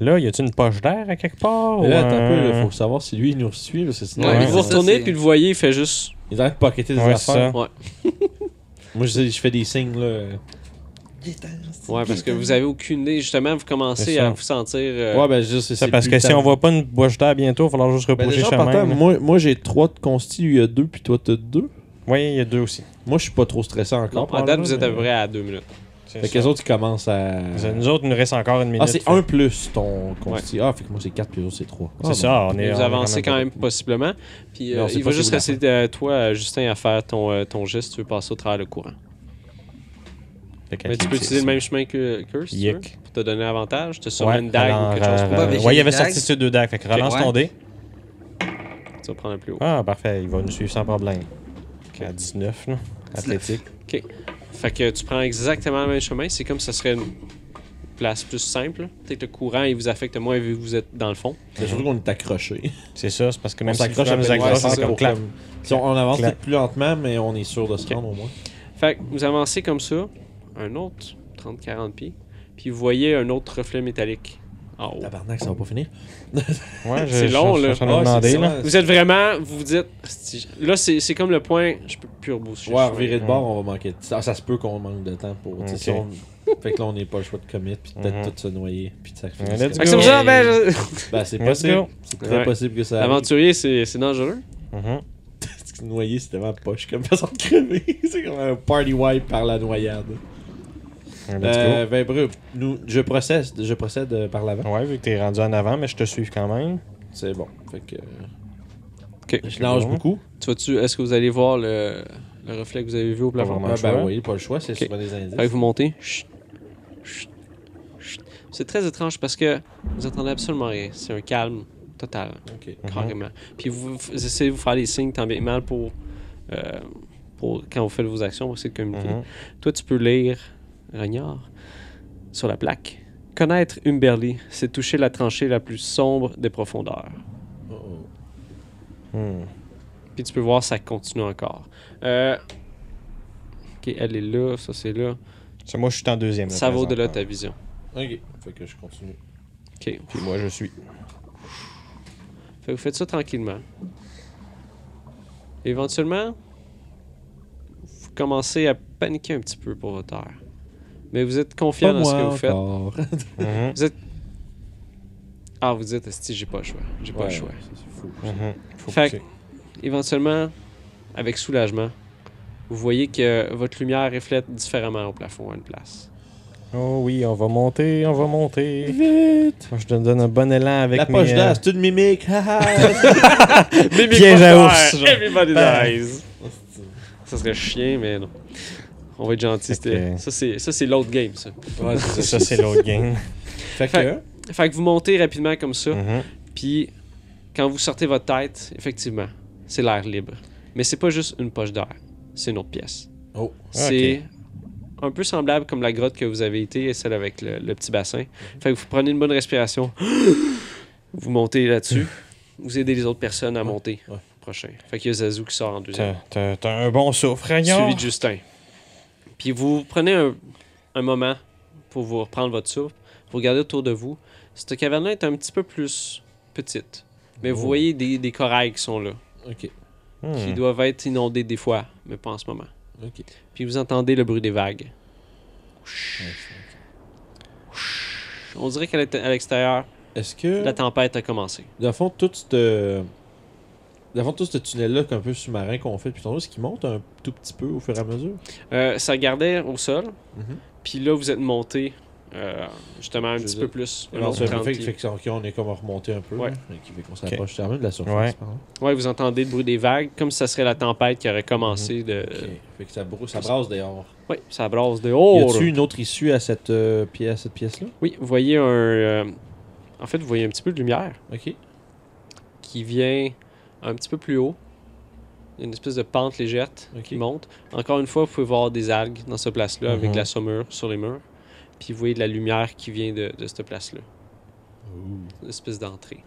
S2: Là, y a-tu une poche d'air à quelque part?
S3: Mais
S2: ou
S3: Là, attends un peu,
S2: un-
S3: là, faut savoir si lui il nous suit, parce que sinon.
S1: Ouais,
S2: hein. Ouais.
S1: puis vous
S4: Ça,
S1: retournez,
S4: c'est-
S1: puis le voyez, il fait juste.
S3: Ils arrêtent de poqueter des
S2: Ouais, c'est
S3: affaires.
S2: ça.
S1: Ouais.
S3: Moi, je, dis- je fais des signes, là.
S1: Ouais, parce que vous avez aucune idée. Justement, vous commencez
S2: Mm. C'est ça.
S1: à vous sentir. euh,
S3: Ouais, ben, juste, c'est.
S2: Ça,
S3: c'est
S2: parce
S3: plus
S2: que
S3: le
S2: si
S3: temps.
S2: on voit pas une poche d'air bientôt, il va falloir juste
S3: Ben,
S2: reposer
S3: déjà, en
S2: chemin.
S3: partant,
S2: là.
S3: moi, moi j'ai 3 de consti, lui il a 2, puis toi t'as 2.
S2: Oui, il y a deux aussi.
S3: Moi, je suis pas trop stressé
S1: non,
S3: encore.
S1: en date,
S3: probablement,
S1: vous êtes à
S3: mais-
S1: peu près à deux minutes.
S2: C'est
S3: Fait que
S2: ça.
S3: les autres, ils commencent à.
S2: Ça, Nous autres, il nous reste encore une minute.
S3: Ah, c'est
S2: fait-
S3: 1 plus ton consti. Ah, fait que moi, c'est 4, puis les autres, c'est Ah, 3.
S2: C'est ça, on est.
S1: vous
S2: on est
S1: avancez quand
S2: pas-
S1: même possiblement. Puis
S3: Mais on
S1: euh,
S3: sait
S1: il
S3: pas
S1: va
S3: si
S1: juste
S3: vous la
S1: rester euh, toi, euh, Justin, à faire ton, euh, ton geste si tu veux passer au travers le courant.
S2: Fait que-
S1: Mais tu peux utiliser le même chemin que que si tu veux,
S2: Yick.
S1: pour te donner avantage, te
S2: Ouais,
S1: sors une dague ou quelque
S2: alors,
S1: chose pour
S4: Ouais,
S2: euh,
S4: mais j'ai
S2: ouais, il
S4: les
S2: avait sorti
S4: dagues.
S2: ces deux dagues. Fait que relance
S4: Ouais.
S2: ton dé.
S1: tu vas prendre un plus haut.
S2: Ah, parfait, il va nous suivre sans problème. À 19, là. Athlétique.
S1: Fait que tu prends exactement le même chemin, c'est comme si ça serait une place plus simple. Peut-être que le courant il vous affecte moins vu que vous êtes dans le fond.
S3: C'est surtout qu'on est accroché.
S2: C'est ça, c'est parce que
S3: On
S2: même si
S3: s'accroche à
S2: nous
S3: peine, ouais,
S2: accroche,
S3: c'est
S2: c'est comme
S3: pour
S2: clap.
S3: comme- Si on, on avance
S2: Clap.
S3: peut-être plus lentement, mais on est sûr de se
S1: Ok.
S3: rendre au moins.
S1: Fait que vous avancez comme ça, un autre 30-40 pieds, puis vous voyez un autre reflet métallique en haut.
S3: Tabarnak, ça va pas finir.
S2: Ouais, je-
S1: C'est
S2: je-
S1: long,
S2: je-
S1: là.
S2: Je suis en train de
S3: Ouais,
S2: demander,
S3: c'est
S2: là.
S3: ça.
S1: Vous êtes vraiment, vous vous dites, Asti, là c'est c'est comme le point, je peux plus reboucher.
S3: Ouais,
S1: le chemin.
S3: revirer de bord, on va manquer. de- Ah, Ça, ça se peut qu'on manque de temps pour. tu sais,
S2: Ok.
S3: si on- Fait que là, on n'est pas le choix de commit, puis peut-être
S2: Mhm.
S3: tout se noyer, puis de sacrifier.
S2: Ouais, let's
S1: Fait que c'est pour ça, ben, je-
S3: Ben, c'est
S2: Let's
S3: possible.
S2: go.
S3: C'est très
S1: Ouais.
S3: possible que ça. arrive.
S1: aventurier, c'est c'est dangereux.
S2: Mhm.
S3: Se noyer, c'est tellement poche comme façon de crever. c'est comme un party wipe par la noyade.
S2: Let's
S3: Euh, ben, bref, nous, je procède, je procède euh, par l'avant.
S2: go. Ouais, vu que t'es rendu en avant, mais je te suis quand même.
S3: C'est bon. Fait que.
S1: Ok.
S3: Je lance
S2: bon.
S3: beaucoup.
S1: Tu vois-tu, est-ce que vous allez voir le, le reflet que vous avez vu au plafond?
S2: vraiment.
S3: Ah,
S2: choix.
S3: ben oui, pas le choix, c'est
S1: Ok.
S3: souvent des indices.
S1: Fait que vous montez. Chut. Chut. Chut. C'est très étrange parce que vous entendez absolument rien. C'est un calme total,
S3: Ok.
S2: Mhm.
S1: carrément. Puis vous, vous essayez de vous faire des signes tant bien que mal pour, euh, pour quand vous faites vos actions, pour essayer de communiquer.
S2: Mhm.
S1: Toi, tu peux lire Ragnard sur la plaque. Connaître Umberly, c'est toucher la tranchée la plus sombre des profondeurs.
S3: Oh, oh.
S2: Hmm.
S1: Puis tu peux voir, ça continue encore. Euh... Ok, elle est là, ça c'est là.
S2: Ça, moi, je suis en deuxième. là,
S1: Ça va
S2: par
S1: au-delà de ta
S2: exemple.
S1: vision.
S3: Ok. Fait que je continue.
S1: Ok.
S2: Puis moi, je suis.
S1: Fait que vous faites ça tranquillement. Éventuellement, vous commencez à paniquer un petit peu pour votre heure. Mais vous êtes confiant dans ce que vous faites.
S3: faites.
S2: Mhm.
S1: Ah, vous dites, si j'ai pas le choix. J'ai pas le choix.
S3: C'est fou.
S2: Mhm. Faut
S1: Fait
S2: pousser.
S1: Éventuellement, avec soulagement, vous voyez que votre lumière reflète différemment au plafond à une place.
S2: Oh oui, on va monter, on va monter.
S3: Vite!
S2: Moi, je te donne un bon élan avec
S3: La
S2: mes,
S3: poche
S2: euh,
S3: d'as, c'est une mimique! haha.
S2: Piège à ours, genre. Ben.
S1: Everybody
S2: Bang.
S1: dies. Ça serait chien, mais non. On va être gentil. c'était-
S2: Ok.
S1: Ça, c'est ça, c'est l'autre game, ça.
S3: ouais, c'est
S2: C'est
S3: ça.
S2: ça, c'est l'autre game.
S3: Fait
S1: Fait-
S3: que.
S1: Fait que vous montez rapidement comme ça,
S2: Mhm.
S1: puis quand vous sortez votre tête, effectivement, c'est l'air libre. Mais c'est pas juste une poche d'air, c'est une autre pièce.
S3: Oh.
S1: C'est un peu semblable comme la grotte que vous avez été et celle avec le, le petit bassin.
S3: Mhm.
S1: Fait que vous prenez une bonne respiration, vous montez là-dessus, vous aidez les autres personnes à monter.
S3: ouais.
S1: prochain. Fait qu'il y a Zazu qui sort en deuxième.
S2: T'as- T'as t'as un bon souffle, Ragnar.
S1: suivi de Justin. Puis vous prenez un, un moment pour vous reprendre votre souffle, vous regardez autour de vous. Cette caverne-là est un petit peu plus petite, mais vous
S3: Oh.
S1: voyez des, des corails qui sont là,
S3: Ok,
S2: Hmm.
S1: qui doivent être inondés des fois, mais pas en ce moment.
S3: ok.
S1: Puis vous entendez le bruit des vagues. On dirait qu'à l'int- à l'extérieur,
S3: Est-ce que.
S1: la tempête a commencé.
S3: Dans le fond, tout ce. Dans le fond, tout ce tunnel-là, un peu sous-marin qu'on fait depuis tantôt, est-ce qu'il monte un tout petit peu au fur et à mesure
S1: Euh, ça gardait au sol,
S3: Mhm.
S1: puis là vous êtes monté euh, justement un
S3: Je
S1: petit
S3: veux
S1: peu plus.
S3: dire,
S1: un
S3: Alors,
S1: autre
S3: ça
S1: 30
S3: fait,
S1: pieds.
S3: fait que, ok, on est comme remonté un peu.
S1: Ouais.
S3: là. Fait qu'il fait qu'on s'approche quand même de la surface. hein.
S2: Ouais.
S3: pardon.
S1: Ouais, vous entendez le bruit des vagues, comme si ça serait la tempête qui aurait commencé de.
S3: Ok.
S2: Euh,
S3: Fait que ça, brou- ça brasse dehors.
S1: Oui, ça brasse de
S3: Y
S1: haut.
S3: a-tu une autre issue à cette, euh, pièce- à cette pièce-là
S1: Oui, vous voyez un. euh, En fait, vous voyez un petit peu de lumière
S3: Ok.
S1: qui vient un petit peu plus haut. Il y a Une espèce de pente légère qui
S3: Ok.
S1: monte. Encore une fois, vous pouvez voir des algues dans ce place-là avec de
S2: Mhm.
S1: la saumure sur les murs. Puis vous voyez de la lumière qui vient de, de cette place-là. Une espèce d'entrée.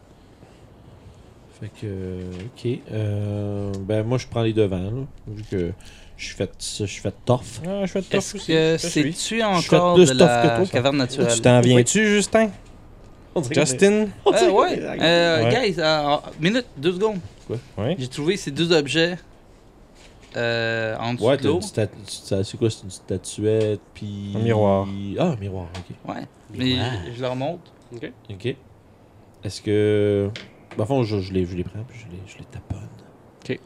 S3: Fait que. euh, Ok. Euh, ben, moi, je prends les devants, là, vu que je suis fait, je suis fait torf.
S2: Ah, je vais te
S4: Est-ce
S2: toffe aussi.
S4: que
S2: Je te suis.
S4: c'est-tu
S3: Je fais
S4: encore
S3: deux
S4: de
S3: stuff que
S4: la
S3: toi, Oh, ça.
S4: caverne
S2: Tu
S4: naturelle?
S2: t'en viens-tu, Justin? Justin?
S4: Euh, ouais. Euh,
S2: Ouais.
S4: Guys, euh, en- minute, deux secondes.
S2: Oui.
S4: J'ai trouvé ces deux objets euh, en dessous
S3: Ouais,
S4: de
S3: t'as
S4: l'eau.
S3: une stat- tu- c'est quoi, c'est une statuette, puis...
S2: Un miroir.
S3: Ah, un miroir, ok.
S4: Ouais. Mais je, je leur montre.
S3: Ok. Est-ce que... Dans le fond, je, je les, je les prends, puis je les, je les taponne.
S1: Ok.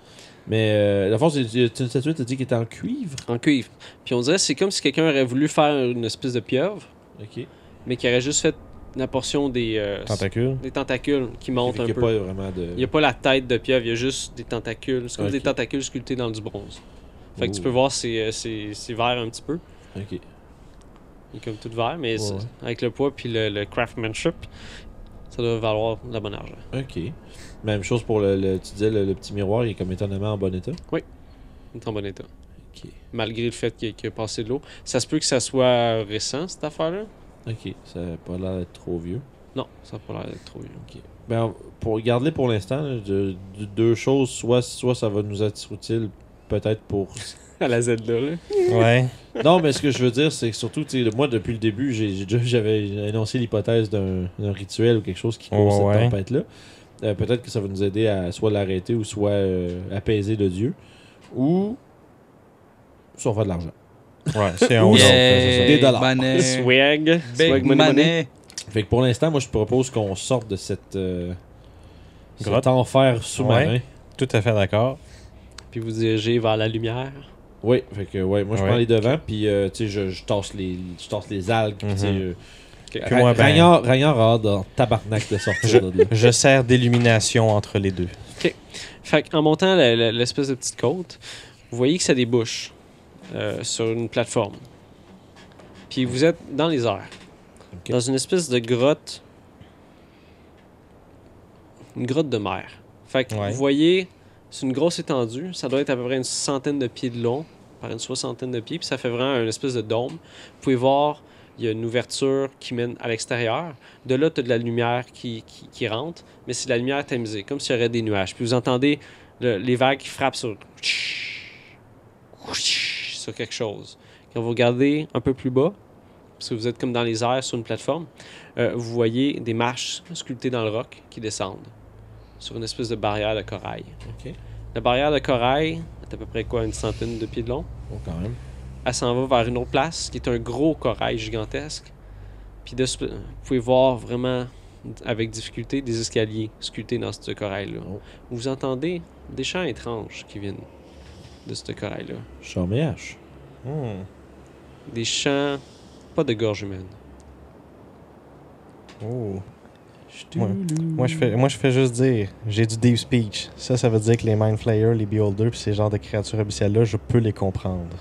S3: Mais, euh, dans le fond, c'est c'est une statuette, t'as dit qu'elle était en cuivre.
S1: En cuivre. Puis on dirait que c'est comme si quelqu'un aurait voulu faire une espèce de pieuvre,
S3: Ok.
S1: mais qui aurait juste fait la portion des, euh,
S2: Tentacule.
S1: des tentacules qui
S3: Fait
S1: montent
S3: qu'il
S1: un
S3: n'y a
S1: peu.
S3: pas vraiment de...
S1: Il n'y a pas la tête de pieuvre, il y a juste des tentacules. C'est comme
S3: Ok.
S1: des tentacules sculptés dans du bronze. Fait que tu
S3: Ouh.
S1: peux voir, c'est, euh, c'est, c'est vert un petit peu.
S3: Ok.
S1: Il est comme tout vert, mais
S3: Ouais,
S1: c'est-
S3: ouais.
S1: avec le poids puis le, le craftsmanship, ça doit valoir la bonne argent.
S3: Ok. Même chose pour le... le- tu disais, le, le petit miroir, il est comme étonnamment en bon état.
S1: Il est en bon état.
S3: Ok.
S1: Malgré le fait qu'il, qu'il a passé de l'eau. Ça se peut que ça soit récent, cette affaire-là.
S3: Ok. Ça n'a pas l'air d'être trop vieux.
S1: Non, ça n'a pas l'air d'être trop vieux.
S3: Ben, pour garder pour l'instant, là, de- de- deux choses. Soit, soit ça va nous être utile, peut-être pour.
S1: À la Zelda, là.
S2: Ouais.
S3: non, mais ce que je veux dire, c'est que surtout, tu sais, moi, depuis le début, j'ai j'ai déjà- j'avais énoncé l'hypothèse d'un d'un rituel ou quelque chose qui cause
S2: Ouais,
S3: cette
S2: ouais.
S3: tempête-là. Euh, peut-être que ça va nous aider à soit l'arrêter ou soit euh, apaiser le dieu. Ou. Soit on fait de l'argent.
S2: Ouais, c'est un
S3: Ou
S2: autre,
S3: c'est-
S2: c'est ça.
S3: Des dollars.
S4: Money.
S1: Swag. Swag money,
S4: Big
S1: money.
S4: money.
S3: Fait que pour l'instant, moi, je propose qu'on sorte de cette. euh,
S2: Grotte.
S3: cet enfer sous-marin.
S2: Tout à fait d'accord.
S1: Puis vous dirigez vers la lumière.
S3: Oui, fait que ouais, moi je
S2: Ouais.
S3: prends les devants puis euh, tu sais je, je tasse les je tasse les algues puis tu sais
S2: Mhm.
S3: euh,
S1: Ok.
S2: Puis moi,
S3: Ra-
S2: ben-
S3: Ragnar- Ragnar a hâte en tabarnak de sortir de là.
S2: Je sers d'illumination entre les deux.
S1: Fait qu'en montant la- la- l'espèce de petite côte, vous voyez que ça débouche euh, sur une plateforme. Puis vous êtes dans les airs.
S3: Ok.
S1: Dans une espèce de grotte. Une grotte de mer. Fait que
S2: Ouais.
S1: vous voyez, c'est une grosse étendue. Ça doit être à peu près une centaine de pieds de long, par une soixantaine de pieds. Puis ça fait vraiment une espèce de dôme. Vous pouvez voir, il y a une ouverture qui mène à l'extérieur. De là, tu as de la lumière qui, qui, qui rentre, mais c'est de la lumière tamisée, comme s'il y aurait des nuages. Puis vous entendez le- les vagues qui frappent sur... sur quelque chose. Quand vous regardez un peu plus bas, parce que vous êtes comme dans les airs sur une plateforme, euh, vous voyez des marches sculptées dans le roc qui descendent sur une espèce de barrière de corail.
S3: OK.
S1: La barrière de corail est à peu près quoi, une centaine de pieds de long.
S3: Bon quand même.
S1: Elle s'en va vers une autre place qui est un gros corail gigantesque. Puis de ce- vous pouvez voir vraiment avec difficulté des escaliers sculptés dans ce corail-là.
S3: Oh.
S1: Vous entendez des chants étranges qui viennent de ce corail-là.
S3: Chômage.
S2: Hmm.
S1: Des chants pas de gorge humaine.
S2: Oh. Ouais. Moi, je fais, moi, je fais juste dire, j'ai du deep speech. Ça, ça veut dire que les Mind Flayers, les Beholders, pis ces genres de créatures abyssales-là, je peux les comprendre.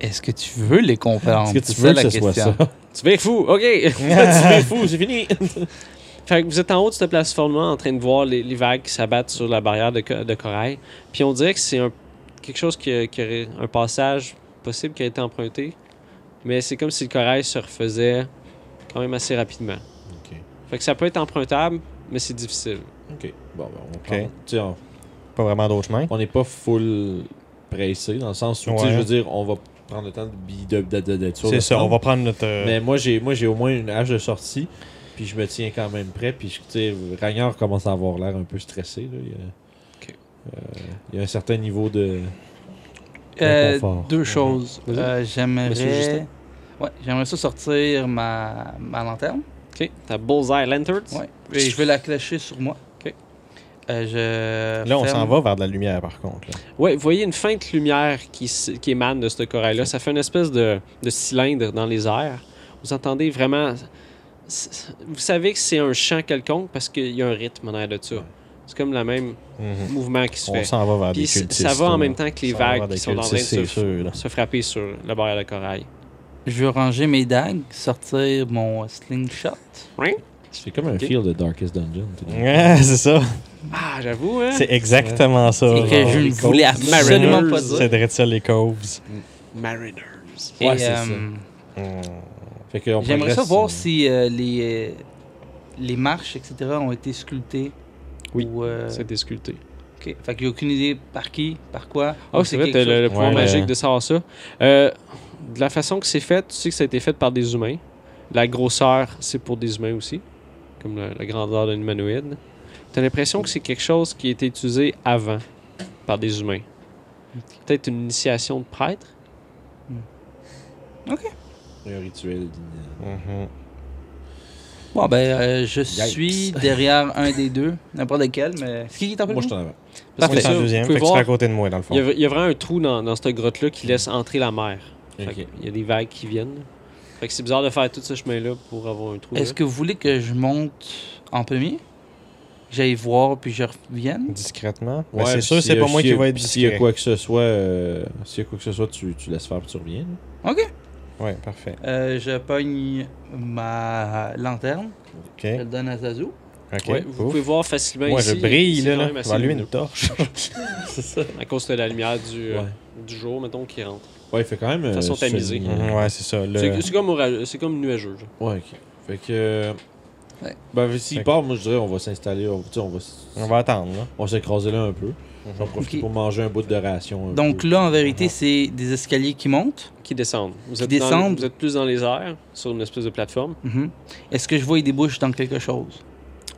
S4: Est-ce que tu veux les comprendre?
S3: Est-ce que
S4: C'est
S3: tu veux
S4: la
S3: que ce soit
S4: question.
S3: ça
S1: Tu es fou, ok!
S3: C'est fou, c'est fini.
S1: Fait que vous êtes en haut de cette plateforme-là en train de voir les, les vagues qui s'abattent sur la barrière de, co- de corail. Puis on dirait que c'est un, quelque chose qui, a- qui aurait un passage possible qui a été emprunté. Mais c'est comme si le corail se refaisait quand même assez rapidement.
S3: OK.
S1: Fait que ça peut être empruntable, mais c'est difficile.
S3: OK. Bon, ben, on
S2: Ok.
S3: parle- tu sais, on-
S2: Pas vraiment d'autre chemin.
S3: on n'est pas full pressé dans le sens où, tu sais,
S2: Ouais.
S3: je veux dire, on va prendre le temps de bi- de- de- de- d'être sûr. de
S2: C'est ça,
S3: prendre.
S2: on va prendre notre. euh,
S3: Mais moi, j'ai moi j'ai au moins une hache de sortie, puis je me tiens quand même prêt. Puis, je- tu sais, Ragnar commence à avoir l'air un peu stressé. là. Il, y a,
S1: Ok.
S3: euh, il y a un certain niveau de.
S4: Euh,
S3: Confort.
S4: deux choses.
S3: Vas-y.
S4: Euh,
S3: Monsieur Justin.
S4: j'aimerais. Ouais, j'aimerais ça sortir ma, ma lanterne.
S1: Ok, ta Bullseye Lanterns.
S4: Ouais. Et je vais la clocher sur moi.
S1: Ok.
S4: Euh, je
S2: Là, on
S4: ferme-
S2: s'en va vers de la lumière, par contre. là.
S1: Ouais, vous voyez une feinte lumière qui, s- qui émane de ce corail-là. Ça fait une espèce de, de cylindre dans les airs. Vous entendez vraiment. c- c- Vous savez que c'est un chant quelconque parce qu'il y a un rythme en air de ça. C'est comme le même
S2: Mhm.
S1: mouvement qui se
S2: On
S1: fait.
S2: s'en va vers
S1: Puis
S2: des
S1: c-
S2: cultistes.
S1: ça va
S2: là.
S1: en même temps que les
S2: Ça va vers
S1: vagues
S2: des
S1: qui sont en train de
S2: cultistes,
S1: se,
S2: c'est sûr, là.
S1: se frapper sur le bord de corail.
S4: Je vais ranger mes dagues, sortir mon slingshot.
S3: C'est comme un
S1: Ok.
S3: feel de Darkest Dungeon. tout de même.
S2: Ouais, c'est ça.
S1: Ah, j'avoue, hein?
S2: C'est exactement ça.
S4: Et que
S2: genre.
S4: je ne voulais absolument pas dire.
S2: C'est de ça les Coves.
S1: Mariners.
S4: Et,
S3: Ouais, c'est ça.
S4: euh,
S2: Mm.
S3: Fait que on
S4: J'aimerais ça
S3: progresse,
S4: voir
S3: euh,
S4: si euh, les, euh, les marches, etc., ont été sculptées.
S1: Oui.
S4: Ou, euh,
S1: C'est sculpté.
S4: ok. Fait que j'ai aucune idée par qui, par quoi.
S1: Ah,
S4: ou
S1: c'est vrai, t'as
S4: quelque
S1: le, le pouvoir
S2: Ouais,
S1: magique
S2: euh.
S1: de savoir ça. Euh, de la façon que c'est fait, tu sais que ça a été fait par des humains. La grosseur, c'est pour des humains aussi, comme la, la grandeur d'un humanoïde. T'as l'impression que c'est quelque chose qui a été utilisé avant par des humains. Peut-être une initiation de prêtre.
S3: Un rituel. d'une-
S2: Mhm.
S4: Bon, ben, euh, je
S3: Yikes.
S4: suis derrière un des deux, n'importe lequel, mais. C'est qui qui est en
S3: Moi, je
S4: premier?
S3: suis en avant.
S2: Moi, je suis
S1: Ça,
S2: en
S1: vous
S2: deuxième,
S1: pouvez
S2: fait que Ah, c'est
S1: voir,
S2: à côté de moi, dans le fond.
S1: il y a- il y, a vraiment un trou dans, dans cette grotte-là qui laisse entrer la mer. Fait
S3: Ok.
S1: que Il y a des vagues qui viennent. Fait que c'est bizarre de faire tout ce chemin-là pour avoir un trou. là.
S4: Est-ce que vous voulez que je monte en premier? J'aille voir, puis je revienne?
S2: Discrètement. Mais
S3: Ouais,
S2: Ben, c'est
S3: puis
S2: sûr,
S3: s'il
S2: c'est
S3: y a-
S2: pas moi
S3: s'il y
S2: qui
S3: a-
S2: va être
S3: puis S'il y a
S2: discret.
S3: quoi que ce soit, euh, s'il y a quoi que ce soit, tu, tu laisses faire puis tu reviens. là.
S4: Ok.
S2: Ouais, parfait.
S4: Euh, je pogne ma lanterne,
S2: Ok.
S4: je la donne à Zazu.
S2: Ok.
S1: Ouais, vous
S2: Ouf.
S1: pouvez voir facilement
S2: Moi,
S1: ici.
S2: je brille,
S1: C'est
S2: là.
S1: quand
S2: là.
S1: même assez
S2: Je vais allumer
S1: lumineux.
S2: une torche.
S1: À cause de la lumière du, euh,
S3: Ouais.
S1: du jour, mettons, qui rentre.
S3: Ouais, il fait quand même. euh,
S1: Façon tamisée.
S3: solide.
S2: Mhm, ouais, c'est ça. le-
S1: C'est c'est comme, orageux- c'est comme nuageux. genre.
S3: Ouais, ok. Fait que. euh,
S4: Ouais.
S3: Ben, s'il
S2: Fait que-
S3: part, moi je dirais, on va s'installer, on, tu sais, on va, s-
S2: On va attendre,
S1: Mm-hmm.
S2: là.
S3: on va s'écraser là un peu. On va profiter
S4: Ok.
S3: pour manger un bout de ration. un
S4: Donc
S3: peu.
S4: là, en vérité, c'est des escaliers qui montent.
S1: Qui descendent. Vous
S4: Qui
S1: êtes, dans-
S4: descendent.
S1: vous êtes plus dans les airs, sur une espèce de plateforme.
S4: Mhm. Est-ce que je vois des bouches dans quelque chose?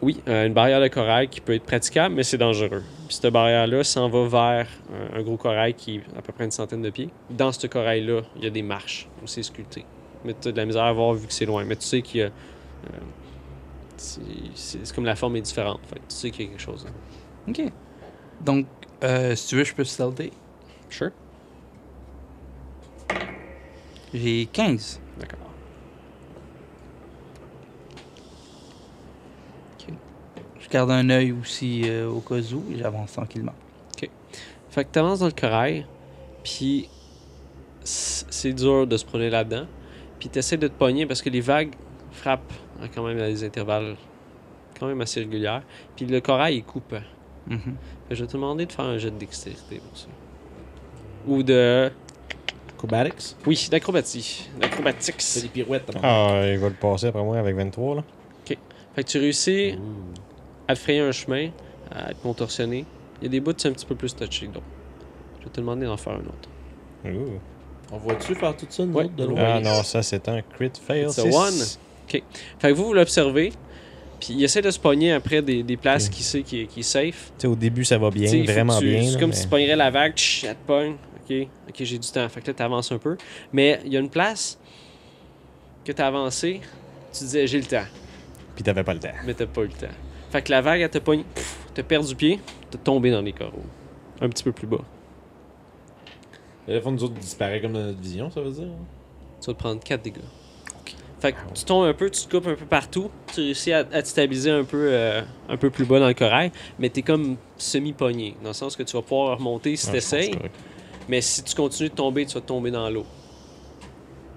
S1: Oui, euh, une barrière de corail qui peut être praticable, mais c'est dangereux. Puis cette barrière-là s'en va vers euh, un gros corail qui est à peu près une centaine de pieds. Dans ce corail-là, il y a des marches aussi sculptées. Mais tu as de la misère à voir vu que c'est loin. Mais tu sais qu'il y a. euh, c'est c'est- c'est comme la forme est différente. Fait que tu sais qu'il y a quelque chose. hein. là.
S4: Ok. Donc, euh, si tu veux, je peux salter.
S1: Sure.
S4: J'ai 15.
S1: D'accord.
S4: Je garde un œil aussi euh, au cas où et j'avance tranquillement.
S1: Fait que t'avances dans le corail, puis c- c'est dur de se promener là-dedans. Puis t'essaies de te pogner parce que les vagues frappent hein, quand même à des intervalles quand même assez réguliers. Puis le corail est coupant.
S4: Mhm.
S1: Fait que je vais te demander de faire un jet de dextérité pour ça. Ou de...
S3: Acrobatics.
S1: Oui, d'acrobatie. D'acrobatique.
S3: C'est des pirouettes. tabarnak.
S2: Ah, il va le passer après moi avec 23, là.
S1: Fait que tu réussis
S3: Ouh.
S1: à te frayer un chemin, à te contorsionner. Il y a des bouts, c'est un petit peu plus touché que d'autres. Je vais te demander d'en faire un autre.
S2: Ouh.
S3: On va-tu faire tout ça, nous
S1: Ouais.
S3: autres, de loin
S2: Ah non, ça, c'est un crit fail.
S1: It's a
S2: six.
S1: one. Fait que vous, vous l'observez, puis il essaie de se pogner après des, des places qui sait qui, est- qui est safe.
S2: Tu sais, au début, ça va bien,
S1: T'sais, il faut que
S2: vraiment
S1: tu-
S2: bien.
S1: C'est
S2: là,
S1: comme
S2: mais-
S1: si tu pognerais la vague, tch, elle te pogne. Ok, ok, j'ai du temps. Fait que là, t'avances un peu. Mais il y a une place que t'as avancé, tu disais j'ai le temps,
S2: Puis t'avais pas le temps. Ah,
S1: mais t'as pas eu le temps. Fait que la vague, elle te pogne, pff, t'as perdu pied, t'as tombé dans les coraux. Un petit peu plus bas.
S3: Le téléphone, nous autres, disparaît comme dans notre vision, ça veut dire.
S1: Tu vas te prendre 4 dégâts. Fait que tu tombes un peu, tu te coupes un peu partout, tu réussis à, à te stabiliser un peu, euh, un peu plus bas dans le corail, mais t'es comme semi-pogné, dans le sens que tu vas pouvoir remonter si
S2: Ouais,
S1: t'essayes,
S2: c'est correct.
S1: mais si tu continues de tomber, tu vas tomber dans l'eau.